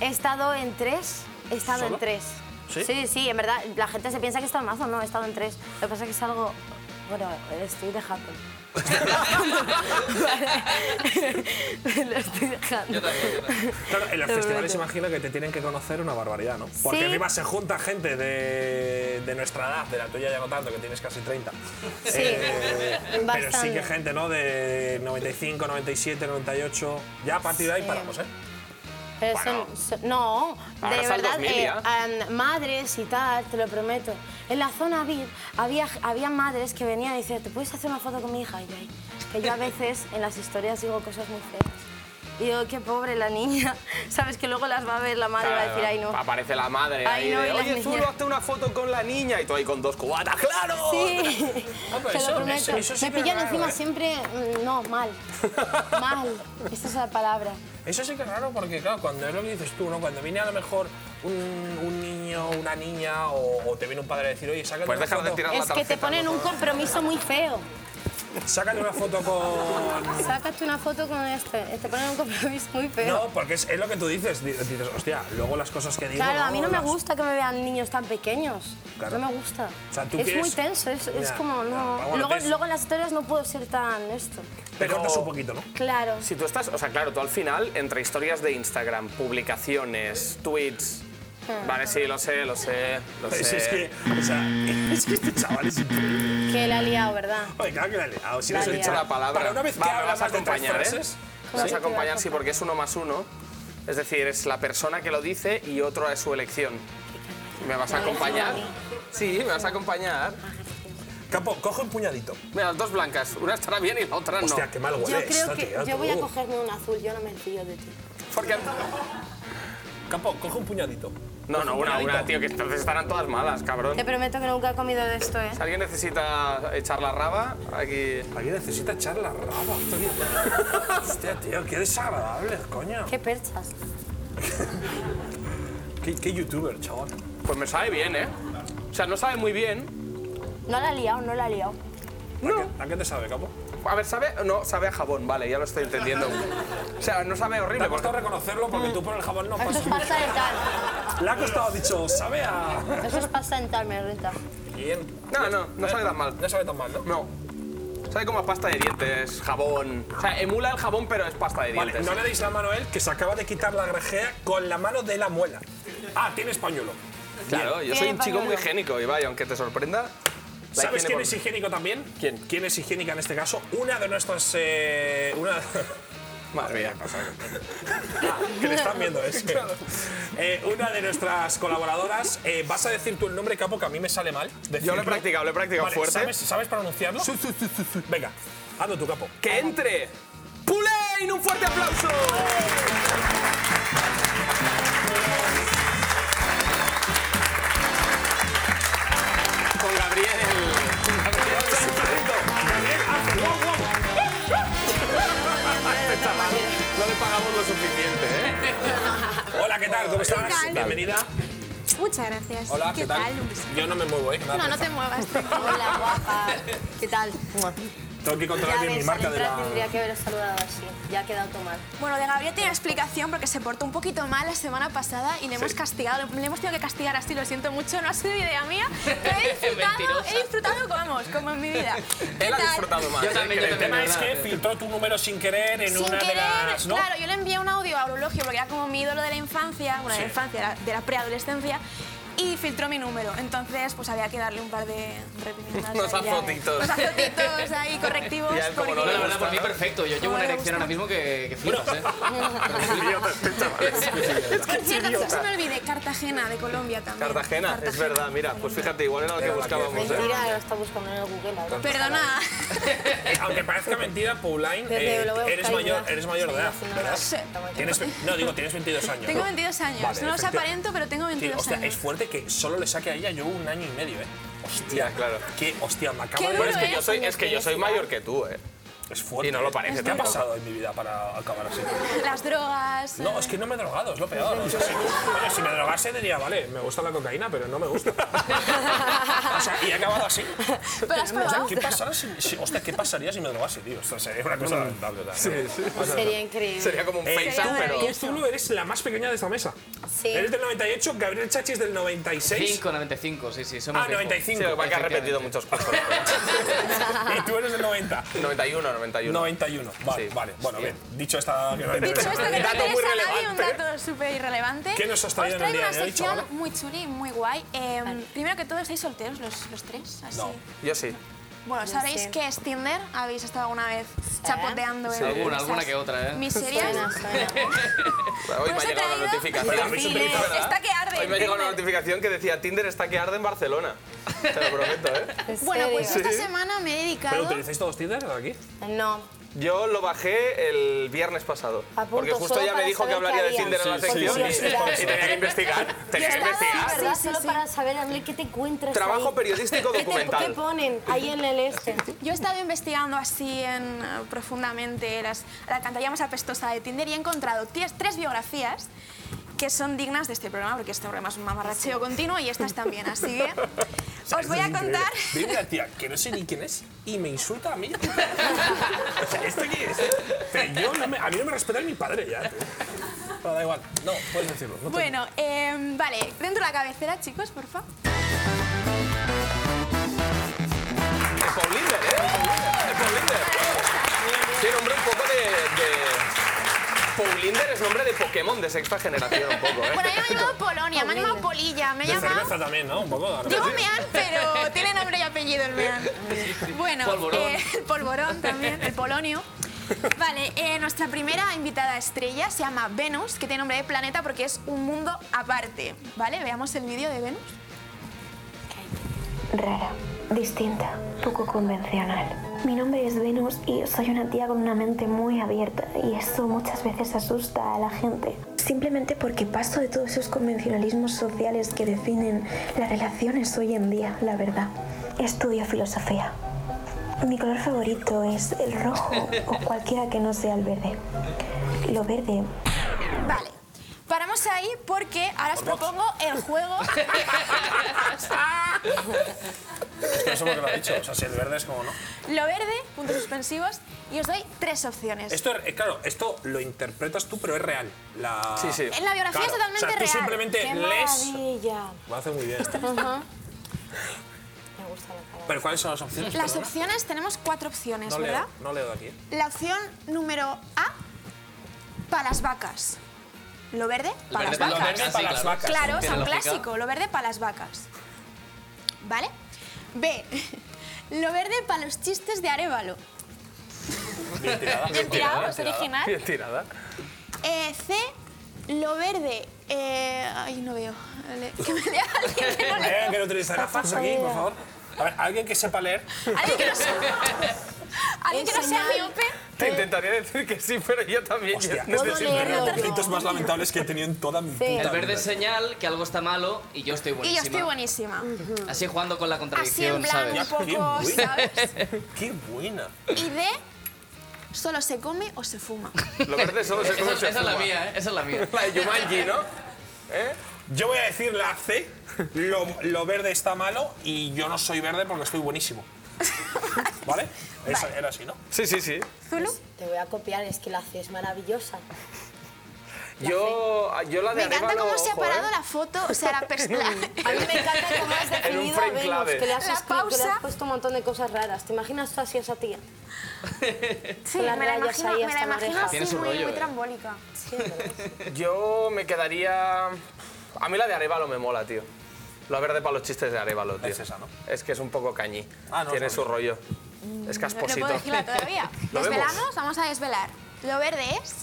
Speaker 3: He estado en tres. He estado
Speaker 4: ¿Solo?
Speaker 3: en tres.
Speaker 4: ¿Sí?
Speaker 3: sí, sí, en verdad, la gente se piensa que he estado en mazo, no, he estado en tres. Lo que pasa es que es algo. Bueno, estoy dejando. Vale. Lo estoy dejando.
Speaker 4: Claro, en los
Speaker 3: Es
Speaker 4: festivales
Speaker 3: verdad.
Speaker 4: imagino que te tienen que conocer una barbaridad, ¿no? Porque
Speaker 3: Sí.
Speaker 4: encima se junta gente de, de nuestra edad, de la tuya ya no tanto, que tienes casi 30.
Speaker 3: Sí,
Speaker 4: pero sí que
Speaker 3: bastante.
Speaker 4: gente, ¿no? De 95, 97, 98. Ya a partir de ahí
Speaker 3: Sí.
Speaker 4: paramos, ¿eh?
Speaker 3: Pero son-
Speaker 4: Bueno.
Speaker 3: son- no,
Speaker 5: Ahora
Speaker 3: de
Speaker 5: está el
Speaker 3: verdad,
Speaker 5: 2000
Speaker 3: eh,
Speaker 5: ya.
Speaker 3: am, madres y tal, te lo prometo. En la zona VIP había, había madres que venían y decían, ¿te puedes hacer una foto con mi hija? Y yo, "Ay". que yo a veces en las historias digo cosas muy feas. Y digo, qué pobre la niña. Sabes que luego las va a ver la madre y va a decir, ay no.
Speaker 5: Aparece la madre
Speaker 3: Ay,
Speaker 5: ahí
Speaker 3: no,
Speaker 5: de,
Speaker 3: y las
Speaker 5: oye, Zulo,
Speaker 3: niñas".
Speaker 5: hazte una foto con la niña. Y tú ahí con dos cubatas, ¡claro!
Speaker 3: Sí,
Speaker 4: pero
Speaker 3: te
Speaker 4: eso-
Speaker 3: lo prometo.
Speaker 4: eso- eso sí
Speaker 3: Me
Speaker 4: que es
Speaker 3: pillan
Speaker 4: raro,
Speaker 3: encima
Speaker 4: ¿eh?
Speaker 3: siempre, mm, no, mal. mal, esa es la palabra.
Speaker 4: Eso sí que es raro porque, claro, cuando es lo que dices tú, ¿no? Cuando viene a lo mejor un, un niño, una niña, o, o te viene un padre a decir, oye, sácate
Speaker 5: Puedes
Speaker 4: una
Speaker 5: dejar de
Speaker 4: foto-
Speaker 5: tirar la
Speaker 3: Es que te
Speaker 5: tarjeta,
Speaker 3: ponen
Speaker 5: ¿no?
Speaker 3: un compromiso muy feo.
Speaker 4: Sácate una foto con...
Speaker 3: Sácate una foto con este. Te ponen un compromiso muy feo.
Speaker 4: No, porque es, es lo que tú dices. di- Dices, hostia, luego las cosas que digo...
Speaker 3: Claro, a mí no me
Speaker 4: las-
Speaker 3: gusta que me vean niños tan pequeños.
Speaker 4: Claro.
Speaker 3: No me gusta.
Speaker 4: O sea, tú
Speaker 3: es
Speaker 4: quieres-
Speaker 3: muy tenso, es, es
Speaker 4: Ya,
Speaker 3: como no.
Speaker 4: ya, bueno,
Speaker 3: luego,
Speaker 4: tienes-
Speaker 3: luego en las historias no puedo ser tan esto.
Speaker 4: Te cortas un poquito, ¿no?
Speaker 3: Claro.
Speaker 5: Si tú estás, o sea, claro, tú al final, entre historias de Instagram, publicaciones, tweets.
Speaker 3: Hmm.
Speaker 5: Vale, sí, lo sé, lo sé, lo
Speaker 4: Es,
Speaker 5: sé.
Speaker 4: es que, o sea, es que este chaval es increíble.
Speaker 3: Que la ha liado, ¿verdad?
Speaker 4: Oye, claro que la he liado, Si no
Speaker 3: La
Speaker 4: soy
Speaker 3: he
Speaker 5: He dicho
Speaker 4: chaval.
Speaker 5: la palabra.
Speaker 4: Para una vez que
Speaker 5: Va, me
Speaker 4: hablas
Speaker 5: vas a
Speaker 4: más de tres
Speaker 5: acompañar, ¿eh?
Speaker 4: frases,
Speaker 5: Me vas
Speaker 3: Sí.
Speaker 5: a acompañar, sí, porque es uno más uno. Es decir, es la persona que lo dice y otro es su elección. ¿Me vas a acompañar? Sí, me vas a acompañar.
Speaker 4: Campo, coge un puñadito.
Speaker 5: Mira, las dos blancas. Una estará bien y la otra no.
Speaker 4: Hostia, qué mal huele
Speaker 3: Yo
Speaker 4: esto,
Speaker 3: creo que
Speaker 4: tío,
Speaker 3: yo voy a
Speaker 4: tú.
Speaker 3: cogerme un azul, yo no me fío de ti.
Speaker 5: Porque
Speaker 4: Campo, coge un puñadito.
Speaker 5: No, no, una, una, tío, que entonces estarán todas malas, cabrón.
Speaker 12: Eh.
Speaker 3: Te prometo que nunca he comido de esto, ¿eh?
Speaker 5: Si alguien necesita echar la raba, aquí.
Speaker 4: ¿Alguien necesita echar la raba, Hostia, tío, qué desagradable, coño.
Speaker 3: Qué perchas.
Speaker 4: ¿Qué, qué youtuber, chaval?
Speaker 5: Pues me sabe bien, ¿eh? O sea, no sabe muy bien.
Speaker 3: No la he liado, no la he liado.
Speaker 5: No.
Speaker 4: ¿A qué te sabe, capo?
Speaker 5: A ver, ¿sabe? No, sabe a jabón, vale, ya lo estoy entendiendo. O sea, no sabe horrible.
Speaker 4: Te ha costado reconocerlo porque tú por el jabón no
Speaker 3: Eso Mm. es
Speaker 4: pasas.
Speaker 3: pasta dental.
Speaker 4: Le ha costado, ha dicho, sabe a.
Speaker 3: Eso es pasta dental, me renta.
Speaker 4: Bien.
Speaker 5: No, no, no sabe tan mal.
Speaker 4: No sabe tan mal, ¿no?
Speaker 5: No. Sabe como a pasta de dientes, jabón. O sea, emula el jabón, pero es pasta de
Speaker 4: Vale,
Speaker 5: dientes.
Speaker 4: no le deis la mano a él, que se acaba de quitar la grajea con la mano de la muela. Ah, tiene español.
Speaker 5: Claro, yo soy un chico muy higiénico, Ibai, aunque te sorprenda. la
Speaker 4: ¿Sabes
Speaker 5: higiene
Speaker 4: quién
Speaker 5: por-
Speaker 4: es higiénico también? ¿Quién? ¿Quién es higiénica en este caso? Una de nuestras. eh, una.
Speaker 5: Madre mía.
Speaker 4: Ah, que le están viendo, es que- Eh, una de nuestras colaboradoras. eh, ¿Vas a decir tú el nombre, Capo, que a mí me sale mal?
Speaker 5: Yo lo
Speaker 4: decirlo?
Speaker 5: he practicado, lo he practicado
Speaker 4: Vale,
Speaker 5: fuerte.
Speaker 4: ¿sabes, sabes pronunciarlo? Venga, hazlo tú, Capo.
Speaker 5: ¡Que entre! ¡Pulein! ¡Un fuerte aplauso! Con Gabriel. No le pagamos lo suficiente, ¿eh?
Speaker 4: Hola, ¿qué tal? ¿Cómo estás?
Speaker 12: ¿Qué tal?
Speaker 4: Bienvenida.
Speaker 12: Muchas gracias.
Speaker 4: Hola, ¿qué, tal? Yo no me muevo, ¿eh? que me da
Speaker 12: No, no
Speaker 4: pereza.
Speaker 12: te muevas.
Speaker 3: Hola, guapa. ¿Qué tal?
Speaker 4: Tengo que
Speaker 3: Ya
Speaker 4: controlar bien mi
Speaker 3: ves,
Speaker 4: marca de
Speaker 3: Alejandra
Speaker 4: la.
Speaker 3: tendría que haber saludado así. Ya ha quedado mal.
Speaker 12: Bueno, de Gabriel tiene explicación porque se portó un poquito mal la semana pasada y le hemos castigado, le hemos tenido que castigar así, lo siento mucho, no ha sido idea mía, pero he disfrutado,
Speaker 11: Mentirosa.
Speaker 12: he disfrutado vamos, como en mi vida. ¿Qué
Speaker 5: Él ha
Speaker 12: tal?
Speaker 5: disfrutado más.
Speaker 11: Yo también, yo
Speaker 4: El
Speaker 11: también,
Speaker 4: tema
Speaker 11: de
Speaker 4: es que
Speaker 11: verdad.
Speaker 4: filtró tu número sin querer en
Speaker 12: Sin
Speaker 4: una
Speaker 12: querer,
Speaker 4: de las. ¿no?
Speaker 12: claro, yo le envié un audio a Aurologio porque era como mi ídolo de la infancia, bueno, de
Speaker 4: Sí.
Speaker 12: la infancia, de la- de la preadolescencia, y filtró mi número. Entonces, pues había que darle un par de reprimendas.
Speaker 5: Unos
Speaker 12: ahí, ya.
Speaker 5: azotitos.
Speaker 12: Unos azotitos ahí correctivos.
Speaker 5: Y a él como no
Speaker 11: No,
Speaker 12: porque-
Speaker 11: la verdad, por mí perfecto. Yo llevo
Speaker 12: Como
Speaker 11: una
Speaker 12: le
Speaker 11: erección ahora mismo que, que flipas, ¿eh?
Speaker 12: Por cierto, que se me olvide, Cartagena de Colombia también.
Speaker 5: Cartagena, es verdad, mira, pues fíjate, igual era lo que buscábamos, ¿eh?
Speaker 3: Mentira, lo está buscando en el Google ahora.
Speaker 12: Perdona.
Speaker 4: Eh, Aunque parezca mentira, Pauline,
Speaker 3: Desde
Speaker 4: eh,
Speaker 3: lo voy a
Speaker 4: eres,
Speaker 3: buscar y
Speaker 4: mayor,
Speaker 3: verás.
Speaker 4: eres mayor de edad,
Speaker 3: Sí,
Speaker 4: ¿verdad?
Speaker 12: sí.
Speaker 4: Tienes ve- no, digo, tienes 22 años.
Speaker 12: Tengo 22 años.
Speaker 4: Vale,
Speaker 12: no los
Speaker 4: efectiva-
Speaker 12: aparento, pero tengo
Speaker 4: Sí,
Speaker 12: 22
Speaker 4: hostia, es
Speaker 12: años.
Speaker 4: fuerte que solo le saque a ella yo un año y medio, ¿eh? Hostia,
Speaker 5: claro.
Speaker 4: Que, hostia, me acabo
Speaker 12: Qué
Speaker 4: de...
Speaker 12: duro,
Speaker 5: Es que yo
Speaker 12: ¿eh?
Speaker 5: soy, es que yo soy mayor que tú, ¿eh?
Speaker 4: Es fuerte.
Speaker 5: Y no lo parece
Speaker 4: ¿Qué ha
Speaker 5: tampoco.
Speaker 4: pasado en mi vida para acabar así?
Speaker 12: Las drogas. eh,
Speaker 4: No, es que no me he drogado, es lo peor. O sea, si, bueno, si me drogase diría, vale, me gusta la cocaína, pero no me gusta. o sea, y he acabado así.
Speaker 12: Pero has
Speaker 4: O sea,
Speaker 12: probado.
Speaker 4: ¿qué, pasará si- si- hostia, ¿qué pasaría si me drogase, tío? O sea, sería una cosa
Speaker 5: Mm,
Speaker 4: lamentable. o sea, ¿no?
Speaker 3: Sería increíble.
Speaker 5: Sería como un
Speaker 4: Eh,
Speaker 5: face out, pero.
Speaker 4: Tú, Zulu, eres la más pequeña de esta mesa.
Speaker 3: Sí.
Speaker 4: Eres del 98, Gabriel Chachis del 96.
Speaker 11: 5, 95, sí, sí. Somos
Speaker 4: Ah,
Speaker 11: viejos.
Speaker 4: 95.
Speaker 5: Sí, lo que pasa es que has repetido muchos cursos.
Speaker 4: Y tú eres del 90.
Speaker 5: 91, 91.
Speaker 4: 91. Vale,
Speaker 5: Sí.
Speaker 4: vale. Bueno,
Speaker 5: Hostia.
Speaker 4: bien. Dicho esta.
Speaker 12: Dicho esto que no
Speaker 4: Dato muy
Speaker 12: interesa a nadie, un
Speaker 4: relevante.
Speaker 12: dato súper irrelevante.
Speaker 4: ¿Qué nos has traído
Speaker 12: Os
Speaker 4: en el
Speaker 12: traigo
Speaker 4: día
Speaker 12: una
Speaker 4: de hoy,
Speaker 12: sección
Speaker 4: chavala?
Speaker 12: muy chuli, y muy guay. Eh, Primero que todo, ¿estáis solteros los, los tres? Así.
Speaker 4: No.
Speaker 5: Yo sí.
Speaker 12: Bueno, ¿sabéis
Speaker 3: sé.
Speaker 12: qué es Tinder? ¿Habéis estado alguna vez chapoteando en
Speaker 11: Alguna,
Speaker 12: esas
Speaker 11: alguna que otra, ¿eh?
Speaker 12: miserias?
Speaker 3: ¿Eh? Suena, suena.
Speaker 5: Hoy me ha
Speaker 12: Pues he
Speaker 5: llegado una
Speaker 12: traído
Speaker 5: notificación.
Speaker 4: Pero habéis utilizado-
Speaker 5: ¿verdad?
Speaker 12: Está que arde,
Speaker 5: Hoy me ha llegado una
Speaker 12: Tinder.
Speaker 5: notificación que decía Tinder está que arde en Barcelona. Te lo prometo, ¿eh?
Speaker 3: ¿En
Speaker 12: Bueno, pues
Speaker 3: serio?
Speaker 12: esta semana me he
Speaker 4: ¿Pero
Speaker 12: dedicado...
Speaker 4: utilizáis todos Tinder aquí?
Speaker 3: No.
Speaker 5: Yo lo bajé el viernes pasado.
Speaker 3: A punto,
Speaker 5: porque justo
Speaker 3: solo
Speaker 5: ya me
Speaker 3: para
Speaker 5: dijo que
Speaker 3: saber
Speaker 5: hablaría
Speaker 3: qué
Speaker 5: de Tinder en la
Speaker 3: había. Sí,
Speaker 5: sección
Speaker 3: sí, sí,
Speaker 5: y-
Speaker 3: sí.
Speaker 5: y tenía que investigar. Tenía que investigar.
Speaker 3: Sí, ¿verdad? Solo para saber a ver qué te encuentras.
Speaker 5: Trabajo
Speaker 3: ahí.
Speaker 5: periodístico
Speaker 3: ¿Qué te-
Speaker 5: documental.
Speaker 3: ¿Qué ponen ahí en el este?
Speaker 12: Yo he estado investigando así en, eh, profundamente las, la alcantarilla más apestosa de Tinder y he encontrado ties- tres biografías que son dignas de este programa, porque este programa es un mamarracheo continuo y estas también, así que os voy a contar...
Speaker 4: Vive una tía que no sé ni quién es y me insulta a mí. o sea, ¿esto qué es? Pero yo no me, a mí no me respeta ni mi padre ya. tío. Pero da igual. No, puedes decirlo. no te-
Speaker 12: Bueno, em, vale, dentro de la cabecera, chicos, por favor.
Speaker 5: El Paulinder, ¿eh? El Paulinder. Tiene nombre un poco de... de- Paulinder es nombre de Pokémon de sexta generación, un poco,
Speaker 12: Bueno, a mí
Speaker 5: ¿eh?
Speaker 12: me han llamado Polonia, me han llamado Polilla, me han
Speaker 4: De cerveza
Speaker 12: llamado...
Speaker 4: también, ¿no? Un poco. ahora.
Speaker 12: Digo Mean, pero tiene nombre y apellido el Mean. Bueno,
Speaker 11: Polvorón.
Speaker 12: eh, el polvorón también, el polonio. Vale, eh, nuestra primera invitada estrella se llama Venus, que tiene nombre de planeta porque es un mundo aparte. ¿Vale? Veamos el vídeo de Venus.
Speaker 13: Rara, distinta, poco convencional. Mi nombre es Venus y soy una tía con una mente muy abierta y eso muchas veces asusta a la gente. Simplemente porque paso de todos esos convencionalismos sociales que definen las relaciones hoy en día, la verdad. Estudio filosofía. Mi color favorito es el rojo o cualquiera que no sea el verde. Lo verde
Speaker 12: Vale. Paramos ahí porque ahora os propongo el juego.
Speaker 4: Es que no sé por qué lo ha dicho. O sea, si el verde es como no.
Speaker 12: Lo verde, puntos suspensivos, y os doy tres opciones.
Speaker 4: Esto, es- eh, claro, esto lo interpretas tú, pero es real. La...
Speaker 5: Sí, sí.
Speaker 12: En la biografía es
Speaker 4: Claro,
Speaker 12: totalmente
Speaker 4: O sea, tú
Speaker 12: real.
Speaker 4: simplemente
Speaker 12: Qué
Speaker 4: lees.
Speaker 3: maravilla.
Speaker 4: Lo hace muy bien.
Speaker 12: Ajá.
Speaker 4: Pero ¿cuáles son las opciones?
Speaker 12: Las
Speaker 4: Perdona.
Speaker 12: opciones, tenemos cuatro opciones,
Speaker 4: No
Speaker 12: ¿verdad?
Speaker 4: leo, no leo de aquí.
Speaker 12: La opción número A, para las vacas. Lo verde,
Speaker 4: Lo
Speaker 12: para las
Speaker 4: verde- lo
Speaker 12: vacas.
Speaker 4: verde pa' las vacas,
Speaker 12: Claro,
Speaker 4: ¿no?
Speaker 12: es
Speaker 4: Tiene
Speaker 12: un
Speaker 4: lógica.
Speaker 12: clásico, lo verde para las vacas. ¿Vale? B, lo verde para los chistes de Arevalo.
Speaker 5: Bien tirada.
Speaker 12: Bien tirado, es original.
Speaker 5: Bien tirada.
Speaker 12: Eh, C, lo verde. eh, ay, no veo. Le- Que me lea alguien que no lea.
Speaker 4: Eh, que no utilicen gafas aquí, por favor. A ver, alguien que sepa leer.
Speaker 12: Alguien que no sea, alguien que no sea
Speaker 3: Enseñad.
Speaker 12: miope.
Speaker 5: Te intentaría decir que sí, pero yo también.
Speaker 4: Hostia,
Speaker 5: yo
Speaker 4: este es uno de los gritos más lamentables que he tenido en toda mi vida.
Speaker 11: El verde es señal que algo está malo y yo estoy
Speaker 12: Y yo
Speaker 11: buenísima.
Speaker 12: estoy buenísima.
Speaker 11: Así jugando con la
Speaker 12: Así en
Speaker 11: contradicción,
Speaker 12: plan
Speaker 11: ¿sabes?
Speaker 12: un poco, ¿sabes?
Speaker 4: Qué buena.
Speaker 12: Y D, solo se come o se fuma.
Speaker 5: Lo verde solo se come
Speaker 11: Esa-
Speaker 5: se
Speaker 11: esa es la
Speaker 5: fuma.
Speaker 11: mía, ¿eh? Esa es la mía.
Speaker 5: La de Jumanji, ¿no?
Speaker 4: ¿Eh? Yo voy a decir la C. Lo, lo verde está malo y yo no soy verde porque estoy buenísimo. ¿Vale? Eso era así, ¿no?
Speaker 5: Sí, sí, sí.
Speaker 3: Pues te voy a copiar, es que la C es maravillosa.
Speaker 5: Yo, yo la de
Speaker 12: Me
Speaker 5: arriba
Speaker 12: encanta cómo
Speaker 5: no,
Speaker 12: se ha
Speaker 5: ojo, ¿eh?
Speaker 12: parado la foto, o sea, la persona.
Speaker 3: A mí me encanta cómo has
Speaker 5: En un
Speaker 3: definido a
Speaker 5: frame
Speaker 3: Venus,
Speaker 5: clave.
Speaker 3: que le has,
Speaker 12: La
Speaker 3: escrito, que le
Speaker 12: pausa.
Speaker 3: has puesto un montón de cosas raras. ¿Te imaginas tú así a esa tía?
Speaker 12: Sí,
Speaker 3: Con las
Speaker 12: me la
Speaker 3: rayas
Speaker 12: imagino,
Speaker 3: ahí
Speaker 12: me la
Speaker 3: hasta la
Speaker 12: imagino
Speaker 5: oreja.
Speaker 12: así
Speaker 5: Tiene su
Speaker 12: muy,
Speaker 5: rollo,
Speaker 12: muy
Speaker 5: eh.
Speaker 12: trambólica.
Speaker 5: Yo me quedaría. A mí la de Arevalo me mola, tío. La verde para los chistes de Arevalo, tío.
Speaker 4: Es esa, ¿no?
Speaker 5: Es que es un poco cañí.
Speaker 4: Ah, no,
Speaker 5: Tiene
Speaker 4: es
Speaker 5: su rollo. Es
Speaker 12: No, no
Speaker 5: casposito.
Speaker 12: puedo decirla todavía.
Speaker 5: ¿Lo vemos?
Speaker 12: ¿Desvelamos? Vamos a desvelar. Lo verde es...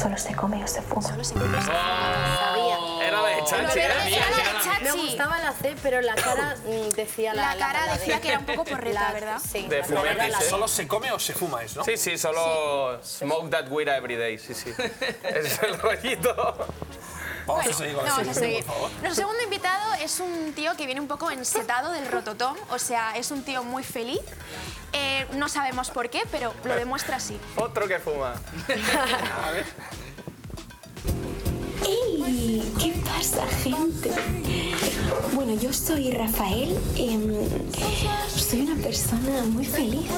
Speaker 13: solo se come o se fuma.
Speaker 3: Sabía.
Speaker 5: Era la de
Speaker 3: Lo
Speaker 5: Chachi,
Speaker 3: verde
Speaker 5: ¿eh?
Speaker 3: era la de
Speaker 12: Chachi.
Speaker 3: Me gustaba la C, pero la cara mm, decía la
Speaker 12: La cara
Speaker 3: la
Speaker 12: decía
Speaker 3: D.
Speaker 12: que era un poco porreta,
Speaker 3: La-
Speaker 12: ¿verdad?
Speaker 3: Sí,
Speaker 5: De
Speaker 3: la cara era la
Speaker 5: fumetis,
Speaker 3: D.
Speaker 5: ¿eh?
Speaker 4: ¿Solo se come o se fuma es, no?
Speaker 5: Sí, sí, solo smoke that weed every day, sí, sí. Ese es el rollito.
Speaker 4: Vamos a
Speaker 12: Bueno,
Speaker 4: seguir con
Speaker 12: vamos
Speaker 4: el
Speaker 12: a
Speaker 4: siguiente,
Speaker 12: seguir.
Speaker 4: por favor.
Speaker 12: Nuestro segundo invitado es un tío que viene un poco ensetado del rototom, o sea, es un tío muy feliz. Eh, no sabemos por qué, pero lo demuestra así.
Speaker 5: Otro que fuma.
Speaker 13: ¡Ey! ¿Qué pasa, gente? Bueno, yo soy Rafael. em, soy una persona muy feliz.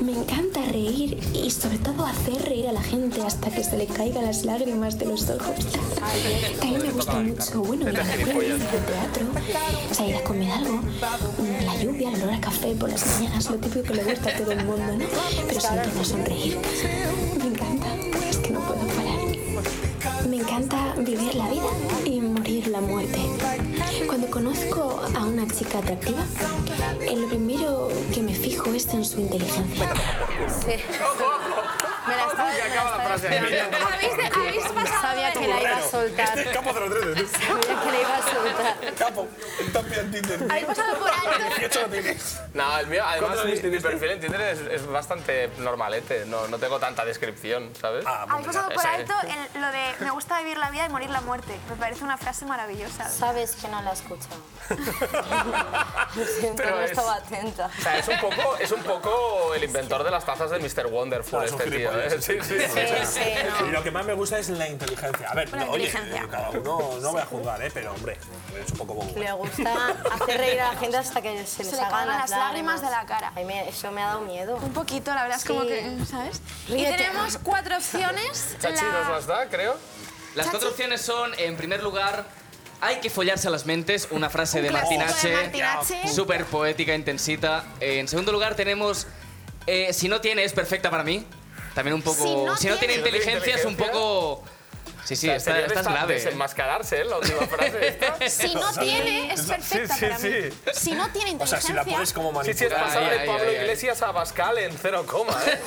Speaker 13: Me encanta reír y sobre todo hacer reír a la gente hasta que se le caigan las lágrimas de los ojos. También me gusta mucho, bueno, la películas de teatro, o sea, ir a comer algo, mm, la lluvia, el olor a café por las mañanas, lo típico que le gusta a todo el mundo, ¿no? Pero siempre a sonreír. Me encanta, es que no puedo parar. Me encanta vivir la vida y morir la muerte. Cuando conozco a una chica atractiva, en lo primero que me fijo es en su inteligencia.
Speaker 3: Me la estaba,
Speaker 5: Ya
Speaker 3: me la
Speaker 5: acaba la
Speaker 3: estaba
Speaker 5: frase.
Speaker 3: esperando.
Speaker 12: ¿Habéis, de- habéis pasado
Speaker 3: Sabía
Speaker 12: de-
Speaker 3: que la iba a
Speaker 4: Bueno,
Speaker 3: soltar.
Speaker 4: Este es capo 03.
Speaker 3: Sabía que la iba a soltar.
Speaker 4: Capo. También Tinder.
Speaker 12: Habéis pasado por alto.
Speaker 4: 18 lo tienes.
Speaker 5: No, el mío, además,
Speaker 4: ¿Cuántos
Speaker 5: mi,
Speaker 4: años
Speaker 5: mi
Speaker 4: tienes tú?
Speaker 5: perfil en Tinder es, es bastante normalete. No, no tengo tanta descripción, ¿sabes?
Speaker 4: Ah,
Speaker 12: Habéis pasado por
Speaker 5: Sí.
Speaker 12: alto el- lo de me gusta vivir la vida y morir la muerte. Me parece una frase maravillosa.
Speaker 3: Sabes que no la he escuchado. Lo siento,
Speaker 5: Pero
Speaker 3: no
Speaker 5: es-
Speaker 3: estaba atenta.
Speaker 5: O sea, es un poco, es un poco el inventor de las tazas de Mr.
Speaker 4: Claro,
Speaker 5: Wonderful,
Speaker 4: Ah, es un
Speaker 5: este tío. ¿eh?
Speaker 4: gilipollas.
Speaker 5: Sí, sí, sí.
Speaker 3: sí,
Speaker 4: Y lo que más me gusta es la inteligencia. A ver,
Speaker 12: La
Speaker 4: no, oye,
Speaker 12: inteligencia.
Speaker 4: eh, cada uno no voy a juzgar, ¿eh? pero hombre, es un poco bobo.
Speaker 3: Le gusta hacer reír a la gente hasta que se les
Speaker 12: le
Speaker 3: hagan
Speaker 12: caigan
Speaker 3: las,
Speaker 12: las lágrimas de la cara.
Speaker 3: A mí me- eso me ha dado miedo.
Speaker 12: Un poquito, la verdad es como
Speaker 3: Sí.
Speaker 12: que, ¿sabes? Y
Speaker 3: Ríete.
Speaker 12: tenemos cuatro opciones.
Speaker 5: Chachi
Speaker 12: La-
Speaker 5: nos las da, creo.
Speaker 11: Las cuatro opciones son, en primer lugar, hay que follarse a las mentes, una frase
Speaker 12: Un
Speaker 11: de Martín
Speaker 12: clásico de
Speaker 11: H.
Speaker 12: Martin H.
Speaker 11: Súper poética, intensita. Eh, En segundo lugar tenemos, eh, si no tiene es perfecta para mí. También un poco,
Speaker 12: Si no
Speaker 11: si no tiene
Speaker 12: tiene-
Speaker 11: inteligencia es un poco Sí, sí,
Speaker 5: O sea,
Speaker 11: esta,
Speaker 5: sería
Speaker 11: esta es
Speaker 5: desa-
Speaker 11: clave. ¿eh?
Speaker 5: Desenmascararse, ¿eh? La última frase. esta.
Speaker 12: Si no tiene, es perfecta para mí. Si no tiene inteligencia...
Speaker 5: Sí, sí, es pasar
Speaker 11: Ay,
Speaker 5: de
Speaker 11: ay,
Speaker 5: Pablo
Speaker 11: ay, ay.
Speaker 5: Iglesias a Pascal en cero coma, ¿eh?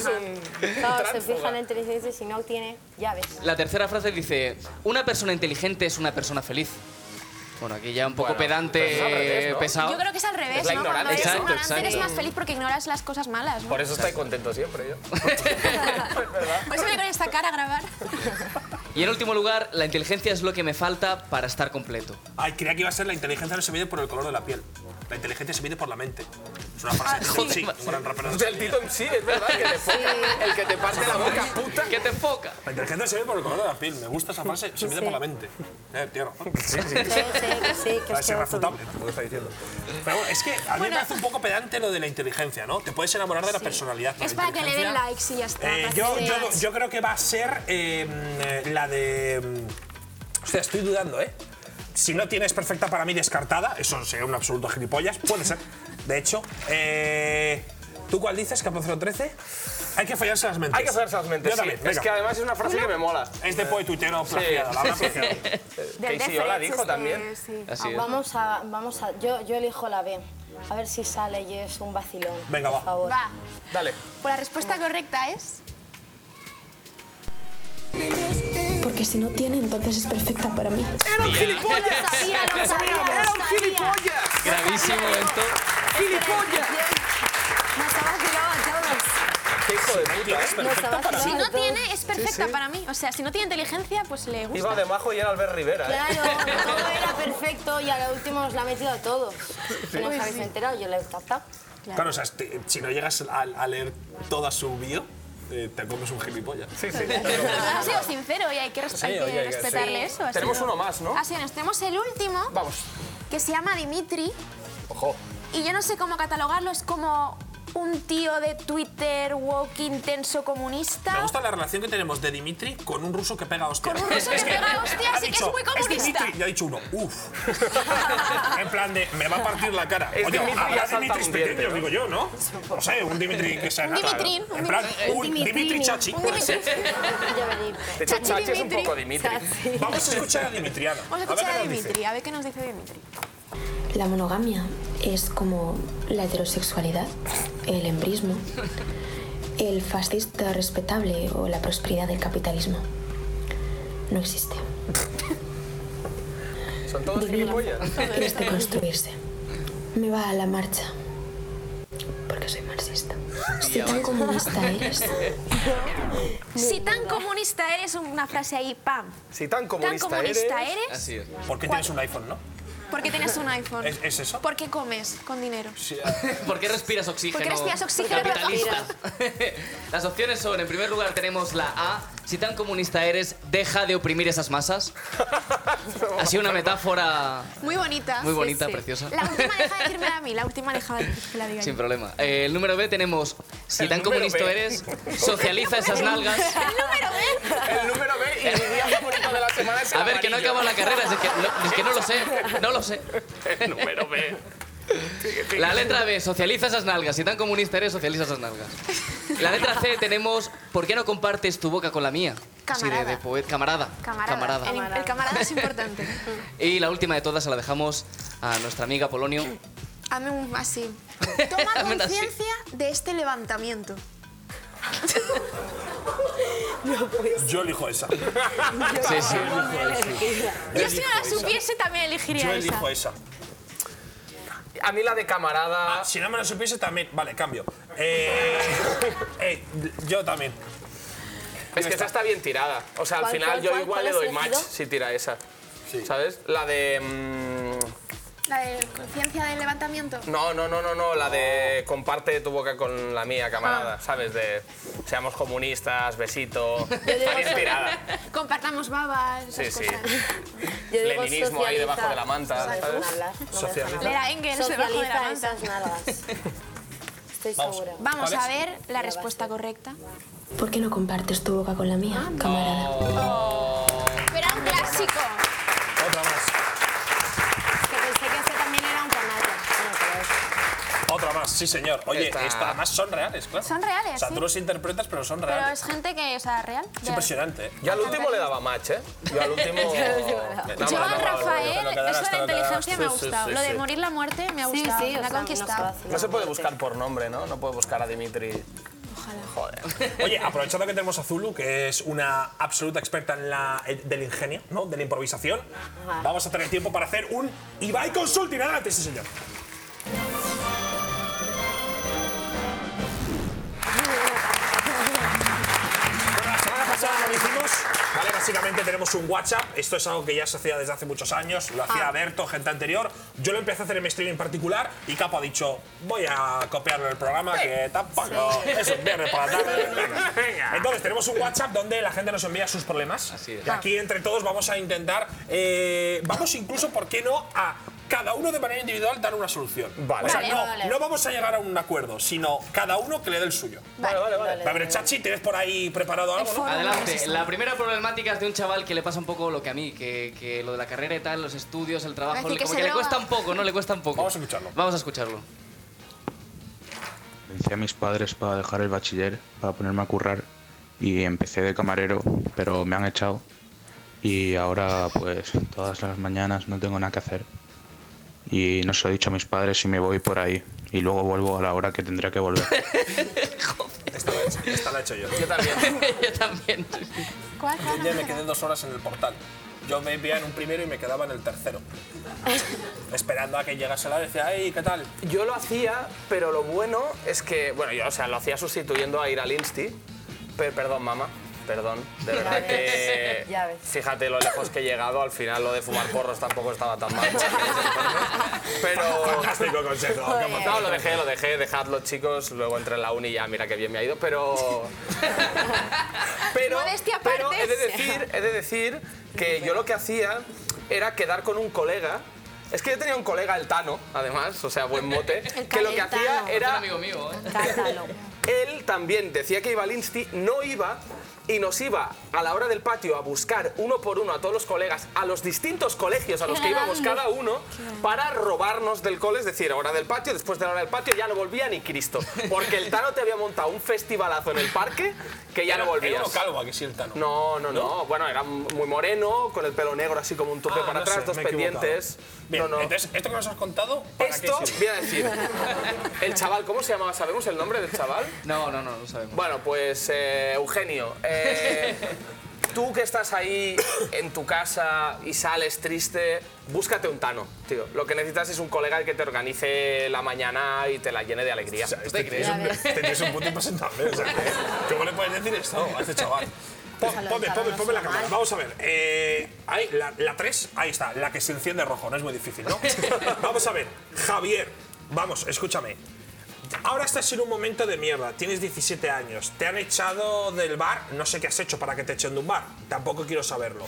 Speaker 3: Claro, se fijan en inteligencia y si no tiene, ya ves.
Speaker 11: La tercera frase dice, una persona inteligente es una persona feliz. Bueno, aquí ya un poco
Speaker 5: Bueno, pero
Speaker 11: pedante,
Speaker 5: es al revés, ¿no?
Speaker 11: pesado.
Speaker 12: Yo creo que es al revés,
Speaker 11: Es la
Speaker 12: ¿no? Cuando eres
Speaker 11: ignorancia. Exacto,
Speaker 12: ignorante eres
Speaker 11: exacto.
Speaker 12: más feliz porque ignoras las cosas malas, ¿no?
Speaker 5: Por eso estoy contento siempre yo.
Speaker 12: Por eso me Pues con esta cara a grabar.
Speaker 11: Y en último lugar, la inteligencia es lo que me falta para estar completo.
Speaker 4: Ay, creía que iba a ser la inteligencia no se mide por el color de la piel. La inteligencia se mide por la mente. Es una frase de Tito MC, un gran rapero de
Speaker 5: Del Tito MC, es verdad, que te foca. El que te parte la boca, puta.
Speaker 11: Que te foca.
Speaker 4: La inteligencia se mide por el color de la piel. Me gusta esa frase. Se mide
Speaker 3: Sí.
Speaker 4: por la mente. Eh, tío. Sí,
Speaker 3: Sí, sí, sí, que
Speaker 4: Es
Speaker 3: es que-
Speaker 4: irrefutable lo que está diciendo. Pero bueno, es que a mí me hace un poco pedante lo de la inteligencia, ¿no? Te puedes enamorar de la personalidad. pero
Speaker 12: Es
Speaker 4: la
Speaker 12: para que le den
Speaker 4: inteligencia-
Speaker 12: likes y ya está.
Speaker 4: Eh,
Speaker 12: para que
Speaker 4: yo,
Speaker 12: le den
Speaker 4: yo,
Speaker 12: likes.
Speaker 4: yo creo que va a ser eh, eh, la de. mm, Hostia, estoy dudando, ¿eh? Si no tienes perfecta para mí descartada, eso sería un absoluto gilipollas. Puede ser. De hecho, eh, ¿tú cuál dices, Capocero 13? Hay que fallarse las mentes.
Speaker 5: Hay que fallarse las mentes,
Speaker 4: Yo
Speaker 5: sí.
Speaker 4: también,
Speaker 5: Es
Speaker 4: venga.
Speaker 5: que además es una frase que me mola.
Speaker 4: Es de poetuitero
Speaker 5: Sí.
Speaker 4: plagiado, la habrá
Speaker 5: Sí, sí.
Speaker 4: plagiado.
Speaker 3: Del
Speaker 5: Casey Ola dijo
Speaker 12: este,
Speaker 3: DFS,
Speaker 5: también.
Speaker 3: sí.
Speaker 5: Así es.
Speaker 3: Ah, Vamos a, vamos a, yo, yo elijo la B. A ver si sale y es un vacilón.
Speaker 4: Venga, va.
Speaker 3: Por favor.
Speaker 12: Va,
Speaker 5: Dale.
Speaker 12: pues la respuesta correcta es...
Speaker 13: Porque si no tiene, entonces es perfecta para mí.
Speaker 5: ¡Era un gilipollas!
Speaker 3: Lo sabía, lo sabía,
Speaker 5: ¡Lo sabíamos!
Speaker 3: lo
Speaker 5: ¡Era un
Speaker 3: sabía.
Speaker 5: gilipollas!
Speaker 11: Gravísimo esto.
Speaker 5: ¡Gilipollas!
Speaker 3: Nos ha vacilado a todos.
Speaker 5: ¡Qué hijo de puta! ¿eh?
Speaker 3: Nos ha vacilado
Speaker 12: Si
Speaker 3: a
Speaker 12: no
Speaker 3: todos.
Speaker 12: tiene, es perfecta para mí. O sea, si no tiene inteligencia, pues le gusta.
Speaker 5: Iba de majo y era Albert Rivera, ¿eh?
Speaker 3: Claro, todo era perfecto y a la última os la ha metido a todos. Si no os
Speaker 12: Pues
Speaker 3: habéis enterado, yo la he captado.
Speaker 4: Claro, o sea, este- si no llegas a, a leer toda su bio, eh, te comes un gilipollas. Sí, sí.
Speaker 12: Pues Ha sido sincero y hay que, res-
Speaker 4: Sí,
Speaker 12: hay que
Speaker 4: oye, hay que-
Speaker 12: respetarle
Speaker 4: sí.
Speaker 12: eso. ha
Speaker 5: Tenemos
Speaker 12: sido-
Speaker 5: uno más, ¿no?
Speaker 12: Así es, tenemos el último,
Speaker 5: Vamos.
Speaker 12: que se llama Dimitri,
Speaker 5: Ojo.
Speaker 12: y yo no sé cómo catalogarlo, es como un tío de Twitter, woke, intenso, comunista.
Speaker 4: Me gusta la relación que tenemos de Dimitri con un ruso que pega hostias.
Speaker 12: Con un ruso que pega hostias
Speaker 4: ha
Speaker 12: y que es muy
Speaker 4: Es
Speaker 12: comunista".
Speaker 4: Dimitri, y ha dicho uno, uff. en plan de, me va a partir la cara.
Speaker 5: Es
Speaker 4: Oye,
Speaker 5: Dimitri, ya
Speaker 4: habrá
Speaker 5: salta
Speaker 4: Dimitris
Speaker 5: un diente,
Speaker 4: pequeños,
Speaker 5: ¿no?
Speaker 4: digo yo, ¿no? No sé, un Dimitri que sea
Speaker 12: Un
Speaker 4: nada.
Speaker 12: Dimitrín, un
Speaker 4: En plan,
Speaker 12: Dimitrín.
Speaker 4: un Dimitri Chachi.
Speaker 12: Un
Speaker 4: puede ser.
Speaker 12: Dimitri.
Speaker 5: De hecho, Chachi es un poco Dimitri.
Speaker 4: Vamos a escuchar a Dimitriana.
Speaker 12: Vamos a
Speaker 4: ver
Speaker 12: escuchar a
Speaker 4: qué nos dice.
Speaker 12: Dimitri, a ver qué nos dice Dimitri.
Speaker 13: La monogamia es como la heterosexualidad, el embrismo, el fascista respetable o la prosperidad del capitalismo. No existe.
Speaker 5: Son todos gilipollas.
Speaker 13: Tienes que construirse. Me va a la marcha. Porque soy marxista. Si tan comunista eres,
Speaker 12: Si tan comunista eres, una frase ahí, pam.
Speaker 5: Si tan
Speaker 12: Tan
Speaker 5: comunista eres...
Speaker 12: comunista eres,
Speaker 11: Así es.
Speaker 4: ¿Por qué tienes un iPhone, no?
Speaker 12: ¿por qué tienes un iPhone?
Speaker 4: ¿Es, es eso?
Speaker 12: ¿Por qué comes con dinero?
Speaker 11: ¿Por qué respiras oxígeno?
Speaker 12: ¿Por qué respiras oxígeno?
Speaker 11: Capitalista. Las opciones son, en primer lugar tenemos la A. Si tan comunista eres, deja de oprimir esas masas. Ha sido una metáfora
Speaker 12: Muy bonita.
Speaker 11: Muy bonita, preciosa.
Speaker 12: La última deja de decirme a mí, la última deja de que la diga
Speaker 11: sin
Speaker 12: yo.
Speaker 11: problema. Eh, el número B tenemos, si
Speaker 5: El
Speaker 11: tan
Speaker 5: número
Speaker 11: comunista
Speaker 5: B.
Speaker 11: eres, socializa esas nalgas.
Speaker 12: El número B.
Speaker 3: ¿eh?
Speaker 5: El número B y mi día favorito de la semana es el
Speaker 11: A ver, que no
Speaker 5: amarillo.
Speaker 11: acabo la carrera, es que no, es que no lo sé, no lo sé.
Speaker 5: El número B.
Speaker 11: La letra B, socializa esas nalgas. Si tan comunista eres, socializa esas nalgas. La letra C tenemos, ¿por qué no compartes tu boca con la mía? Así de, de
Speaker 12: Camarada.
Speaker 11: poe- camarada.
Speaker 12: Camarada. El, el camarada es importante.
Speaker 11: Y la última de todas se la dejamos a nuestra amiga Polonio.
Speaker 12: Hazme un así.
Speaker 11: Hazme
Speaker 12: Toma
Speaker 11: un así.
Speaker 12: conciencia de este levantamiento.
Speaker 4: Yo elijo esa.
Speaker 11: Sí, sí.
Speaker 12: Yo si no la supiese también elegiría
Speaker 4: Yo
Speaker 12: esa.
Speaker 4: elijo esa.
Speaker 5: A mí la de camarada...
Speaker 4: Ah, si no me lo supiese también. Vale, cambio. Eh, eh, yo también.
Speaker 5: Es que esa está bien tirada. O sea, al
Speaker 3: ¿Cuál,
Speaker 5: final
Speaker 3: cuál,
Speaker 5: yo
Speaker 3: cuál,
Speaker 5: igual
Speaker 3: cuál
Speaker 5: le
Speaker 3: has
Speaker 5: doy match
Speaker 3: elegido?
Speaker 5: si tira esa.
Speaker 4: Sí.
Speaker 5: ¿Sabes? La de... mm,
Speaker 12: La de conciencia del levantamiento.
Speaker 5: No, no, no, no, no, la de comparte tu boca con la
Speaker 3: Ah.
Speaker 5: mía, camarada, ¿sabes? De seamos comunistas, besito, está bien tirada.
Speaker 12: Compartamos babas, esas
Speaker 5: Sí, sí.
Speaker 12: cosas.
Speaker 3: Yo digo
Speaker 5: Leninismo ahí debajo de
Speaker 3: socializa.
Speaker 5: la manta,
Speaker 3: No me dejan
Speaker 5: ¿sabes?
Speaker 3: hablar, no me dejan
Speaker 4: Socializa.
Speaker 3: hablar.
Speaker 12: Lea Engels debajo de la
Speaker 3: Socializa
Speaker 12: manta.
Speaker 3: esas nalgas. Estoy
Speaker 4: Vamos.
Speaker 3: segura.
Speaker 12: Vamos
Speaker 4: ¿Cuál
Speaker 12: a
Speaker 4: es?
Speaker 12: ver la respuesta correcta.
Speaker 13: ¿por qué no compartes tu boca con la mía, camarada?
Speaker 12: Pero Oh. era un clásico.
Speaker 4: Otra más.
Speaker 3: Que pensé que ese también era un canalla. No, pero es-
Speaker 4: Otra más, sí, señor. Oye,
Speaker 5: Esta-
Speaker 4: esta... además son reales, claro.
Speaker 12: Son reales,
Speaker 4: O sea,
Speaker 12: sí.
Speaker 4: tú los interpretas, pero son
Speaker 12: Pero
Speaker 4: reales.
Speaker 12: es gente que, o sea, real.
Speaker 4: Es impresionante. ¿eh?
Speaker 5: Yo al último le daba match, ¿eh? Yo al último.
Speaker 12: Yo al último le daba.
Speaker 5: Me
Speaker 12: Yo
Speaker 5: daba,
Speaker 12: a
Speaker 5: me daba,
Speaker 12: Rafael,
Speaker 5: me lo quedarás,
Speaker 12: eso de
Speaker 5: te
Speaker 12: la
Speaker 5: lo
Speaker 12: inteligencia me ha
Speaker 5: quedarás. Sí, sí,
Speaker 12: gustado.
Speaker 5: sí,
Speaker 12: Lo de
Speaker 5: sí.
Speaker 12: morir la muerte me ha
Speaker 3: Sí,
Speaker 12: gustado.
Speaker 3: sí, o
Speaker 12: Me ha
Speaker 3: sea, no
Speaker 12: conquistado.
Speaker 5: No se puede buscar por nombre, ¿no? No puede buscar a Dimitri. Ojalá. Joder.
Speaker 4: Oye, aprovechando que tenemos a Zulu, que es una absoluta experta en la, eh, del ingenio, ¿no? De la improvisación, vamos a tener tiempo para hacer un Ibai Consulting. Adelante, sí, señor. Bueno, la semana pasada lo hicimos, ¿vale? Básicamente tenemos un WhatsApp. Esto es algo que ya se hacía desde hace muchos años. Lo hacía
Speaker 12: Ah.
Speaker 4: Berto, gente anterior. Yo lo empecé a hacer en mi stream en particular y Capo ha dicho, voy a copiarlo del programa que tampoco
Speaker 5: Sí.
Speaker 4: es un viernes por la tarde. Venga. Entonces tenemos un WhatsApp donde la gente nos envía sus problemas. Y aquí entre todos vamos a intentar, eh, vamos incluso, ¿por qué no? A cada uno de manera individual dar una solución.
Speaker 5: Vale.
Speaker 4: O sea,
Speaker 5: Vale,
Speaker 4: no,
Speaker 5: vale.
Speaker 4: no vamos a llegar a un acuerdo, sino cada uno que le dé el suyo.
Speaker 5: Vale, vale, vale.
Speaker 4: A ver, Chachi, ¿tienes por ahí preparado algo? no?
Speaker 11: Adelante. La primera problemática es de un chaval que le pasa un poco lo que a mí, que, que lo de la carrera y tal, los estudios, el trabajo,
Speaker 12: Parece
Speaker 11: le-
Speaker 12: que
Speaker 11: como
Speaker 12: se
Speaker 11: que le
Speaker 12: droga.
Speaker 11: cuesta un poco, ¿no? Le cuesta un poco. Vamos
Speaker 4: a escucharlo.
Speaker 11: Vamos a escucharlo.
Speaker 14: Convencí a mis padres para dejar el bachiller, para ponerme a currar y empecé de camarero, pero me han echado y ahora pues todas las mañanas no tengo nada que hacer. Y no se lo he dicho a mis padres y me voy por ahí y luego vuelvo a la hora que tendría que volver.
Speaker 4: Esta la he hecho- esta la he hecho yo.
Speaker 5: Yo también.
Speaker 11: Yo también.
Speaker 12: ¿Cuál?
Speaker 4: Un día me quedé dos horas en el portal. Yo me enviaba en un primero y me quedaba en el tercero. Esperando a que llegase la hora, decía, ay, ¿qué tal?
Speaker 5: Yo lo hacía, pero lo bueno es que. Bueno, yo, o sea, lo hacía sustituyendo a ir al Insti. Pe- perdón, mamá. Perdón. De
Speaker 3: Ya
Speaker 5: verdad
Speaker 3: ves,
Speaker 5: que.
Speaker 3: ya ves.
Speaker 5: Fíjate lo lejos que he llegado. Al final, lo de fumar porros tampoco estaba tan mal. Pero.
Speaker 4: Fantástico consejo.
Speaker 3: Joder.
Speaker 5: No, lo dejé, lo dejé. Dejadlo, chicos. Luego entré en la uni y ya, mira qué bien me ha ido. Pero. Pero,
Speaker 12: Modestia
Speaker 5: pero
Speaker 12: aparte.
Speaker 5: he de decir, he de decir que yo lo que hacía era quedar con un colega. Es que yo tenía un colega, el Tano, además, o sea, buen mote, que lo que hacía
Speaker 3: Cayetano.
Speaker 5: era...
Speaker 11: Amigo mío, ¿eh?
Speaker 5: Él también decía que iba al Insti, no iba y nos iba a la hora del patio a buscar uno por uno a todos los colegas, a los distintos colegios a los que íbamos
Speaker 15: grande.
Speaker 5: cada uno, para robarnos del cole, es decir, hora del patio, después de la hora del patio ya no volvía ni Cristo, porque el Tano te había montado un festivalazo en el parque que ya no volvías.
Speaker 4: Era uno calvo, ¿a que sí, el Tano.
Speaker 5: No, no, no, Bueno, era muy moreno, con el pelo negro así como un tope
Speaker 4: Ah,
Speaker 5: para
Speaker 4: no
Speaker 5: atrás,
Speaker 4: sé,
Speaker 5: dos
Speaker 4: me he equivocado.
Speaker 5: pendientes.
Speaker 4: Bien,
Speaker 5: no, no.
Speaker 4: entonces, esto que nos has contado, ¿para
Speaker 5: Esto,
Speaker 4: qué sirve?
Speaker 5: voy a decir, el chaval, ¿cómo se llamaba? ¿Sabemos el nombre del chaval?
Speaker 11: No, no, no, no sabemos.
Speaker 5: Bueno, pues eh, Eugenio, eh, tú que estás ahí en tu casa y sales triste, búscate un tano, tío. Lo que necesitas es un colega que te organice la mañana y te la llene de alegría.
Speaker 4: O sea,
Speaker 5: ¿Tú
Speaker 4: este
Speaker 5: te
Speaker 4: tío es
Speaker 5: crees?
Speaker 4: un- este tío es un puto impresentable. O sea, ¿qué- ¿Cómo le puedes decir esto a este chaval? Pon-
Speaker 5: Déjalo,
Speaker 4: Ponme,
Speaker 5: déjalo,
Speaker 4: ponme,
Speaker 5: no
Speaker 4: ponme la
Speaker 5: suena
Speaker 4: cámara.
Speaker 5: mal.
Speaker 4: Vamos a ver. Eh, ahí, la, la 3, ahí está. La que se enciende rojo. No es muy difícil, ¿no? Vamos a ver. Javier, vamos, escúchame. Ahora estás en un momento de mierda. Tienes 17 años. Te han echado del bar. No sé qué has hecho para que te echen de un bar. Tampoco quiero saberlo.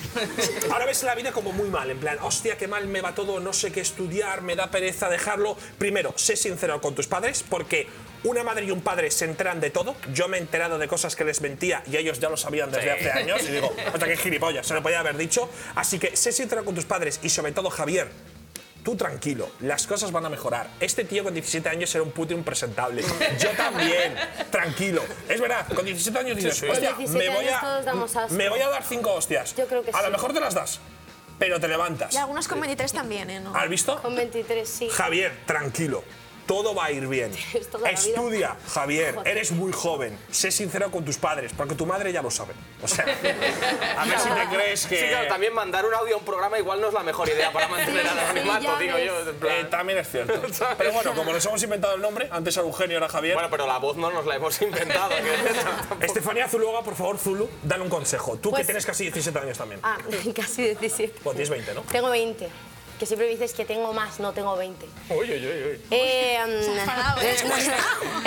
Speaker 4: Ahora ves la vida como muy mal. En plan, hostia, qué mal me va todo. No sé qué estudiar. Me da pereza dejarlo. Primero, sé sincero con tus padres porque una madre y un padre se enteran de todo. Yo me he enterado de cosas que les mentía y ellos ya lo sabían desde
Speaker 5: Sí.
Speaker 4: hace años. Y digo, hasta que gilipollas. Se lo podía haber dicho. Así que sé sincero con tus padres y sobre todo, Javier, Tú tranquilo, las cosas van a mejorar. Este tío con 17 años era un puto impresentable. Yo también, tranquilo. Es verdad, con 17 años dices,
Speaker 3: Sí, sí.
Speaker 4: hostia,
Speaker 3: Con 17
Speaker 4: me voy,
Speaker 3: años todos damos
Speaker 4: a,
Speaker 3: asco.
Speaker 4: me voy a dar cinco hostias. Yo creo
Speaker 3: que
Speaker 4: A lo
Speaker 3: sí.
Speaker 4: mejor te las das, pero te levantas.
Speaker 12: Y algunos con 23 también, ¿eh? ¿No?
Speaker 4: ¿Has visto?
Speaker 3: Con 23, sí.
Speaker 4: Javier, tranquilo. Todo va a ir bien.
Speaker 3: Es toda la vida.
Speaker 4: Estudia, Javier.
Speaker 3: Joder.
Speaker 4: Eres muy joven. Sé sincero con tus padres, porque tu madre ya lo sabe. O sea, a ver si te crees que.
Speaker 5: Sí, claro, también mandar un audio a un programa igual no es la mejor idea para mantener al anonimato, digo yo. en plan.
Speaker 4: Eh, también es cierto. Pero bueno, como nos hemos inventado el nombre, antes era Eugenio, ahora Javier.
Speaker 5: Bueno, pero la voz no nos la hemos inventado. que-
Speaker 4: Estefanía Zuluaga, por favor, Zulu, dale un consejo. Tú que
Speaker 3: Pues-
Speaker 4: tienes casi 17 años también.
Speaker 3: Ah, casi 17.
Speaker 4: Bueno, tienes 20, ¿no?
Speaker 3: Tengo 20. Que siempre me dices que tengo más, no tengo 20.
Speaker 5: Oye, oye, oye.
Speaker 3: Eh, mm,
Speaker 12: se ha enfadado, ¿eh?
Speaker 3: es,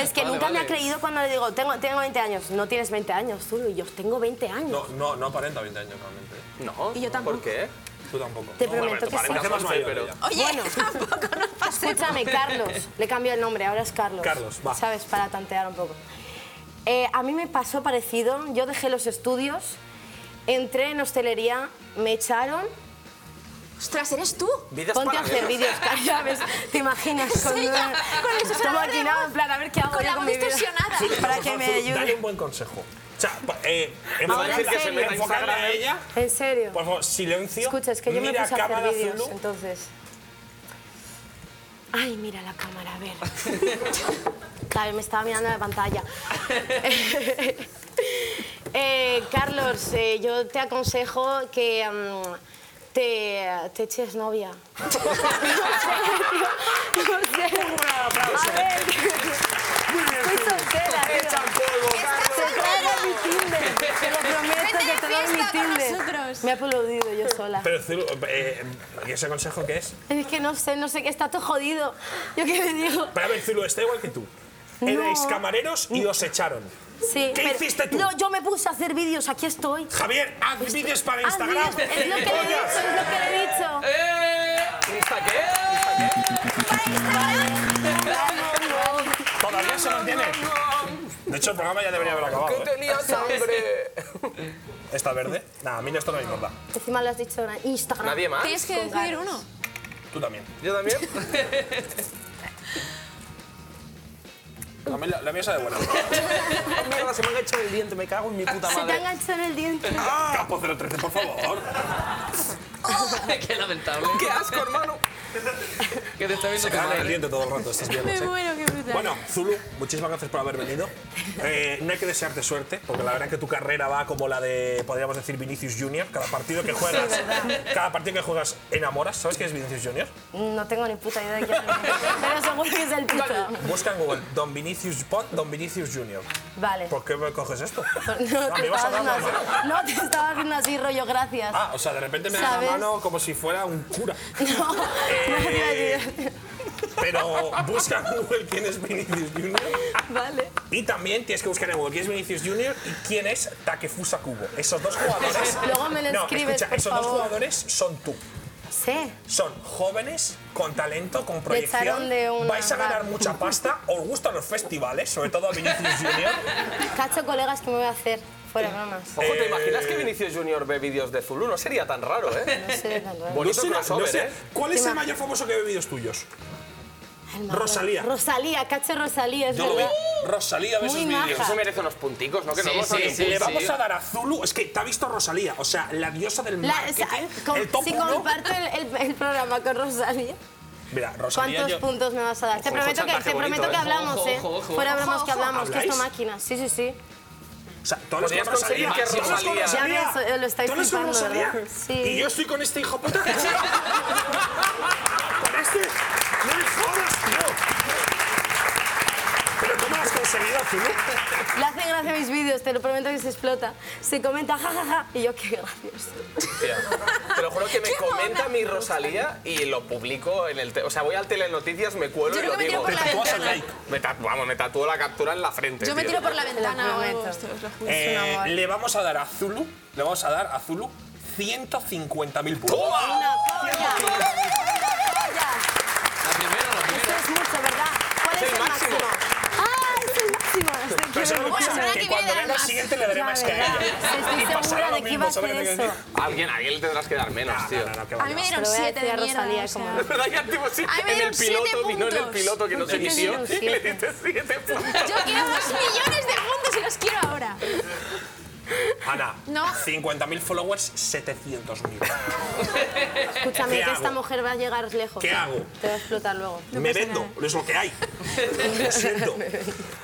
Speaker 3: es que
Speaker 4: Vale,
Speaker 3: nunca me
Speaker 4: vale.
Speaker 3: ha creído cuando le digo, tengo, tengo 20 años. No tienes 20 años, Zulu. Y yo, tengo 20 años.
Speaker 4: No, no, no aparenta 20 años realmente.
Speaker 5: No.
Speaker 3: Y yo tampoco.
Speaker 5: ¿Por qué?
Speaker 4: Tú tampoco.
Speaker 3: Te
Speaker 4: No,
Speaker 3: prometo
Speaker 4: Alberto,
Speaker 3: que
Speaker 4: parece
Speaker 5: sí.
Speaker 4: más mayor,
Speaker 5: Pero-
Speaker 4: ella.
Speaker 3: Oye, Escúchame, Carlos. Le cambio el nombre, ahora es Carlos.
Speaker 4: Carlos, va.
Speaker 3: ¿Sabes? Para tantear un poco. Eh, a mí me pasó parecido. Yo dejé los estudios, entré en hostelería, me echaron
Speaker 12: Ostras, ¿eres tú?
Speaker 5: Vidas
Speaker 3: Ponte a hacer vídeos, ¿sabes? ¿Te imaginas?
Speaker 12: Con,
Speaker 3: Con,
Speaker 12: sí,
Speaker 3: una-
Speaker 12: con el
Speaker 3: Como
Speaker 12: susurrador de
Speaker 3: aquí, ¿no?
Speaker 12: voz.
Speaker 3: En plan, a ver qué hago
Speaker 12: Con
Speaker 3: yo
Speaker 12: la
Speaker 3: con
Speaker 12: voz
Speaker 3: mi vida.
Speaker 12: distorsionada.
Speaker 3: Sí, para que
Speaker 4: Por
Speaker 3: me
Speaker 4: favor, Dale
Speaker 3: ayude.
Speaker 4: un buen consejo. O sea, pa- eh,
Speaker 3: Ahora,
Speaker 4: enfocarle-
Speaker 3: en serio.
Speaker 4: enfocarle a ella.
Speaker 3: ¿En serio?
Speaker 4: Por favor, silencio.
Speaker 3: Escucha, es que yo me
Speaker 4: Mira
Speaker 3: puse a
Speaker 4: cámara
Speaker 3: hacer vídeos,
Speaker 4: Zulu.
Speaker 3: entonces. Ay, mira la cámara, a ver. Claro, me estaba mirando la pantalla. Eh, Carlos, eh, yo te aconsejo que mm, te, te eches novia.
Speaker 4: Soy
Speaker 3: soltera, tío. Te traigo mi Tinder. Te lo prometo
Speaker 12: Vete de
Speaker 3: que te doy mi
Speaker 12: fiesta con
Speaker 3: Tinder.
Speaker 12: nosotros.
Speaker 3: Me he aplaudido yo sola.
Speaker 4: Pero Zulu, eh, ¿y ese consejo qué es?
Speaker 3: Es que no sé, no sé qué está todo jodido. Yo qué le digo.
Speaker 4: Para ver, Zulu, está igual que tú.
Speaker 3: No.
Speaker 4: Erais camareros y os echaron.
Speaker 3: Sí,
Speaker 4: ¿Qué
Speaker 3: pero-
Speaker 4: hiciste tú?
Speaker 3: No, yo me puse a hacer vídeos, aquí estoy.
Speaker 4: Javier, haz vídeos para
Speaker 3: Haz
Speaker 4: Instagram. Eh,
Speaker 3: vídeos, Ah, es lo que le he dicho,
Speaker 4: Coñas.
Speaker 3: es lo que le he dicho.
Speaker 5: ¿Insta qué?
Speaker 4: Todavía se mantiene. De hecho, el programa ya debería haber acabado. ¿eh?
Speaker 5: tenías hambre?
Speaker 4: ¿Está verde? Nada, a mí esto no me importa.
Speaker 3: Encima lo has dicho en Instagram.
Speaker 5: ¿Nadie más?
Speaker 12: Tienes que
Speaker 3: Con
Speaker 12: decidir
Speaker 3: ganas.
Speaker 12: uno.
Speaker 4: Tú también.
Speaker 5: ¿Yo también?
Speaker 4: A mí la, la mía se de buena.
Speaker 5: Mierda, se me ha enganchado el diente, me cago en mi puta
Speaker 3: Se te ha
Speaker 5: madre.
Speaker 3: enganchado en el diente.
Speaker 4: Capo 013, por favor.
Speaker 11: Qué lamentable.
Speaker 5: ¡Qué asco, hermano!
Speaker 11: Que te está viendo
Speaker 4: Se
Speaker 11: tu
Speaker 4: cagan el
Speaker 11: madre.
Speaker 4: diente todo el rato estas mierdas, ¿eh?
Speaker 12: muero, qué brutal.
Speaker 4: Bueno, Zulu, muchísimas gracias por haber venido. Eh, no hay que desearte suerte, porque la verdad que tu carrera va como la de, podríamos decir, Vinicius Junior. Cada partido que juegas, cada partido que juegas enamoras. ¿Sabes quién es Vinicius Junior?
Speaker 3: No tengo ni puta idea de quién es. Pero seguro que es el puto.
Speaker 4: Busca en Google Don Vinicius Pot, Don Vinicius Junior.
Speaker 3: Vale.
Speaker 4: ¿Por qué me coges esto?
Speaker 3: No,
Speaker 4: Ah,
Speaker 3: te
Speaker 4: me ibas
Speaker 3: estaba
Speaker 4: a dar
Speaker 3: haciendo
Speaker 4: la
Speaker 3: así.
Speaker 4: mano.
Speaker 3: No, te estaba haciendo así, rollo, gracias.
Speaker 4: Ah, o sea, de repente me das la
Speaker 3: ¿Sabes?
Speaker 4: mano como si fuera un cura.
Speaker 3: No, no te iba a decir.
Speaker 4: Pero busca en Google quién es Vinicius Junior.
Speaker 12: Vale.
Speaker 4: Y también tienes que buscar en Google quién es Vinicius Junior y quién es Takefusa Kubo. Esos dos jugadores.
Speaker 3: Luego me lo
Speaker 4: no,
Speaker 3: escribes,
Speaker 4: escucha,
Speaker 3: por
Speaker 4: esos dos
Speaker 3: favor.
Speaker 4: jugadores son tú.
Speaker 3: Sí.
Speaker 4: Son jóvenes, con talento, con
Speaker 3: Le echaron
Speaker 4: proyección.
Speaker 3: de una-
Speaker 4: Vais a ganar mucha pasta. Os gustan los festivales, sobre todo a Vinicius Junior.
Speaker 3: Cacho, colegas, que me voy a hacer? Fuera bromas.
Speaker 5: Ojo, ¿te imaginas que Vinicius Junior ve vídeos de Zulu? No sería tan raro, ¿eh?
Speaker 3: No sé, tal vez.
Speaker 5: Bonito
Speaker 4: No sé na- no
Speaker 5: crossover,
Speaker 4: sé-
Speaker 5: ¿eh?
Speaker 4: ¿Cuál es el mayor famoso que ve vídeos tuyos?
Speaker 3: Ay, madre.
Speaker 4: Rosalía.
Speaker 3: Rosalía, Cacho Rosalía, es
Speaker 4: Yo lo vi.
Speaker 3: verdad.
Speaker 4: Rosalía ve
Speaker 3: Muy
Speaker 4: sus
Speaker 3: maja.
Speaker 4: vídeos.
Speaker 5: Eso merece unos punticos, ¿no? Que no
Speaker 11: Sí,
Speaker 5: hemos
Speaker 11: sí,
Speaker 5: dado
Speaker 11: sí,
Speaker 5: ni
Speaker 4: Le
Speaker 5: un punto.
Speaker 4: vamos a dar a Zulu, es que te ha visto Rosalía, o sea, la diosa del
Speaker 3: La- o sea,
Speaker 4: marketing,
Speaker 3: con-
Speaker 4: el top
Speaker 3: si
Speaker 4: uno.
Speaker 3: comparto el, el- el programa con Rosalía,
Speaker 4: Mira, Rosalía,
Speaker 3: ¿cuántos
Speaker 4: yo-
Speaker 3: puntos me vas a dar? Te
Speaker 5: Ojo,
Speaker 3: prometo que, te
Speaker 5: chantaje
Speaker 3: prometo
Speaker 5: bonito,
Speaker 3: que
Speaker 5: ¿eh?
Speaker 3: hablamos,
Speaker 11: Ojo,
Speaker 3: ¿eh?
Speaker 11: ojo, ojo.
Speaker 3: Fuera bromas
Speaker 12: Ojo,
Speaker 3: que
Speaker 12: ojo.
Speaker 3: hablamos, que esto
Speaker 4: ¿Habláis?
Speaker 3: máquina. Sí, sí, sí.
Speaker 4: o sea, todos los
Speaker 5: Podrías
Speaker 4: con Rosalía,
Speaker 5: conseguir que
Speaker 4: todos los con
Speaker 5: Rosalía-
Speaker 3: Ya
Speaker 4: Rosalía,
Speaker 3: ves, lo estáis
Speaker 4: todos con
Speaker 3: flipando,
Speaker 4: Rosalía,
Speaker 3: ¿verdad? Sí.
Speaker 4: y yo estoy con este hijo puta. con este, no me jodas, tío. Pero ¿cómo lo has conseguido, Zulu?
Speaker 3: Le hace gracia mis vídeos, te lo prometo que se explota. Se comenta, jajaja, y yo, qué gracioso.
Speaker 5: Tía, Te lo juro que me
Speaker 12: Qué mona.
Speaker 5: comenta mi Rosalía y lo publico en el... te- O sea, voy al Telenoticias, me cuelo y
Speaker 12: Yo creo
Speaker 5: lo
Speaker 12: que me tiro
Speaker 5: digo.
Speaker 12: por la
Speaker 4: Te tatúas
Speaker 12: ventana.
Speaker 4: el like.
Speaker 5: Me tatu- vamos, me tatúo la captura en la frente,
Speaker 12: Yo me
Speaker 5: tío.
Speaker 12: tiro por la ventana o algo.
Speaker 3: prometo.
Speaker 12: esto, os lo juro.
Speaker 4: Eh,
Speaker 3: un amor.
Speaker 4: le vamos a dar a Zulu, le vamos a dar a Zulu 150.000 puntos.
Speaker 3: Una polla.
Speaker 11: La primera, la
Speaker 3: Esto
Speaker 11: primera.
Speaker 3: es mucho, ¿verdad? ¿Cuál es,
Speaker 5: Es el
Speaker 3: el máximo?
Speaker 5: máximo.
Speaker 3: ¡Ah, es el máximo! Estoy
Speaker 4: Pero ¿sabes lo que pasa?
Speaker 12: Bueno, la semana
Speaker 4: Que
Speaker 12: que
Speaker 4: cuando
Speaker 12: viene
Speaker 4: venga el
Speaker 12: más.
Speaker 4: siguiente le daré
Speaker 3: Ya
Speaker 4: más que a
Speaker 3: verás.
Speaker 4: ella.
Speaker 3: Estoy
Speaker 4: Y pasará
Speaker 3: segura
Speaker 4: lo
Speaker 3: de que
Speaker 4: mismo,
Speaker 3: iba a
Speaker 4: ¿sabes
Speaker 3: hacer
Speaker 4: lo que te
Speaker 3: eso.
Speaker 4: quiero decir?
Speaker 5: A Alguien, a alguien le tendrás que dar menos,
Speaker 4: Ah,
Speaker 5: tío.
Speaker 4: no, no, no, que
Speaker 12: A mí me
Speaker 4: vaya.
Speaker 3: Pero
Speaker 12: dieron
Speaker 3: voy a
Speaker 12: siete
Speaker 3: decir
Speaker 12: de
Speaker 3: a Rosalía
Speaker 12: mierda. o
Speaker 3: como-
Speaker 12: sea.
Speaker 5: Es verdad que activo sí,
Speaker 12: Ay, me
Speaker 5: en el
Speaker 12: dieron siete
Speaker 5: piloto vino en el
Speaker 12: puntos.
Speaker 5: piloto que no se
Speaker 3: Ay, me
Speaker 5: emitió
Speaker 3: dieron
Speaker 5: y le
Speaker 3: siete.
Speaker 5: diste 7 puntos.
Speaker 12: Yo quiero dos millones de mundos y los quiero ahora.
Speaker 4: Ana,
Speaker 12: No.
Speaker 4: 50.000 followers, 700.000.
Speaker 3: Escúchame,
Speaker 4: ¿Qué
Speaker 3: que
Speaker 4: hago?
Speaker 3: esta mujer va a llegar lejos.
Speaker 4: ¿Qué hago?
Speaker 3: Te va a explotar luego.
Speaker 4: me
Speaker 12: pasa
Speaker 4: vendo, es lo que hay. Lo siento.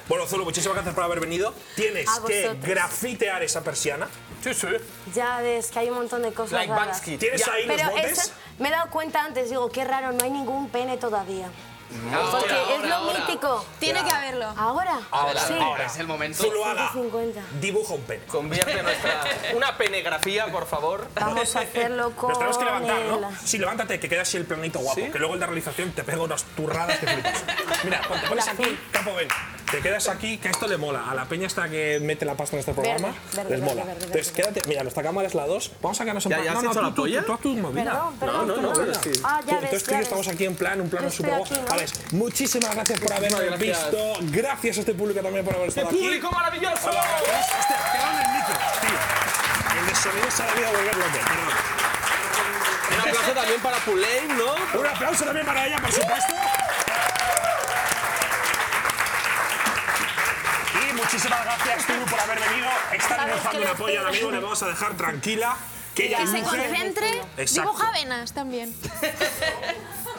Speaker 4: Bueno, Zulu, muchísimas gracias por haber venido. Tienes
Speaker 3: A
Speaker 4: que
Speaker 3: vosotros.
Speaker 4: grafitear esa persiana. Sí, sí.
Speaker 3: Ya ves que hay un montón de cosas
Speaker 5: Like
Speaker 3: raras.
Speaker 5: Bansky.
Speaker 4: ¿Tienes ahí los
Speaker 3: Pero
Speaker 4: botes?
Speaker 3: eso, me he dado cuenta antes, digo, qué raro, no hay ningún pene todavía. Porque es lo
Speaker 11: ahora.
Speaker 3: mítico.
Speaker 12: Tiene que haberlo.
Speaker 3: ¿Ahora?
Speaker 11: Ahora,
Speaker 3: sí.
Speaker 11: ahora es el momento.
Speaker 4: Zulu, Ana,
Speaker 3: 50.
Speaker 4: dibuja un pene.
Speaker 5: Convierte nuestra... Una penegrafía, por favor.
Speaker 3: Vamos a hacerlo con
Speaker 4: Nos tenemos que levantar, ¿no?
Speaker 3: el-
Speaker 4: Sí, levántate, que queda así el planito guapo. Que luego el de realización te pega unas turradas que flipas. Mira, cuando te pones aquí, Capo, ven. Te quedas aquí, que a esto le mola. A la peña hasta que mete la pasta en este programa,
Speaker 3: verde,
Speaker 4: les
Speaker 3: verde,
Speaker 4: mola.
Speaker 3: verde, verde,
Speaker 4: Entonces, quédate. Mira, nuestra cámara es la 2. Vamos a sacarnos un
Speaker 5: ¿Ya-
Speaker 4: plan-
Speaker 5: ya has
Speaker 4: no, no,
Speaker 5: hecho
Speaker 4: tú,
Speaker 5: la
Speaker 4: tú,
Speaker 5: polla?
Speaker 4: Tú, tú, tú, movida.
Speaker 3: Perdón, perdón.
Speaker 5: No, no, no,
Speaker 3: perdón.
Speaker 5: sí.
Speaker 3: Ah, ya
Speaker 4: Tú-
Speaker 3: ves,
Speaker 4: tú es que
Speaker 3: ya
Speaker 4: yo
Speaker 3: ves.
Speaker 4: estamos aquí en plan, un
Speaker 3: Yo
Speaker 4: plano
Speaker 3: estoy
Speaker 4: super guapo.
Speaker 3: aquí, ¿no?
Speaker 4: A ver, muchísimas gracias por habernos
Speaker 5: gracias.
Speaker 4: visto. Gracias a este público también por haber estado aquí.
Speaker 5: ¡Público maravilloso!
Speaker 4: Hola, hostia, te van el micro, tío. El de sonido se ha debido volver loco, perdón.
Speaker 5: Un aplauso también para Pulane, ¿no?
Speaker 4: Un aplauso también para ella, por supuesto. Y muchísimas gracias, Tulu, por haber venido. Está
Speaker 3: Sabes
Speaker 4: dibujando
Speaker 3: que
Speaker 4: una
Speaker 3: lo
Speaker 4: polla al amigo,
Speaker 3: espero.
Speaker 4: le vamos a dejar tranquila. Que
Speaker 3: Que,
Speaker 4: ella
Speaker 3: se
Speaker 4: dibuje.
Speaker 3: concentre.
Speaker 4: Exacto.
Speaker 3: Dibuja venas también.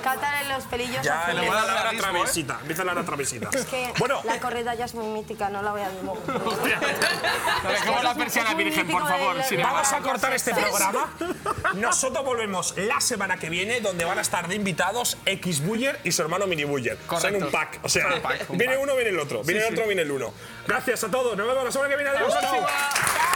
Speaker 12: Cátale los pelillos.
Speaker 4: Ya
Speaker 12: azules.
Speaker 4: le voy a dar la travesita. Empieza la travesita.
Speaker 12: Es que
Speaker 4: Bueno,
Speaker 12: la corrida ya es muy mítica, no la voy a dibujar.
Speaker 4: dejemos la persiana virgen, por favor.
Speaker 12: si no-
Speaker 4: Vamos a cortar este programa. Nosotros volvemos la semana que viene, donde van a estar de invitados X Buller y su hermano Mini Buller. Son
Speaker 5: Correcto.
Speaker 4: un pack. O sea,
Speaker 5: Son un pack, un
Speaker 4: viene
Speaker 5: pack.
Speaker 4: uno, viene el otro. Viene
Speaker 5: Sí,
Speaker 4: el otro,
Speaker 5: sí.
Speaker 4: viene el uno. Gracias a todos. Nos vemos la semana que viene. Adiós.
Speaker 5: Hasta luego.
Speaker 4: Chao.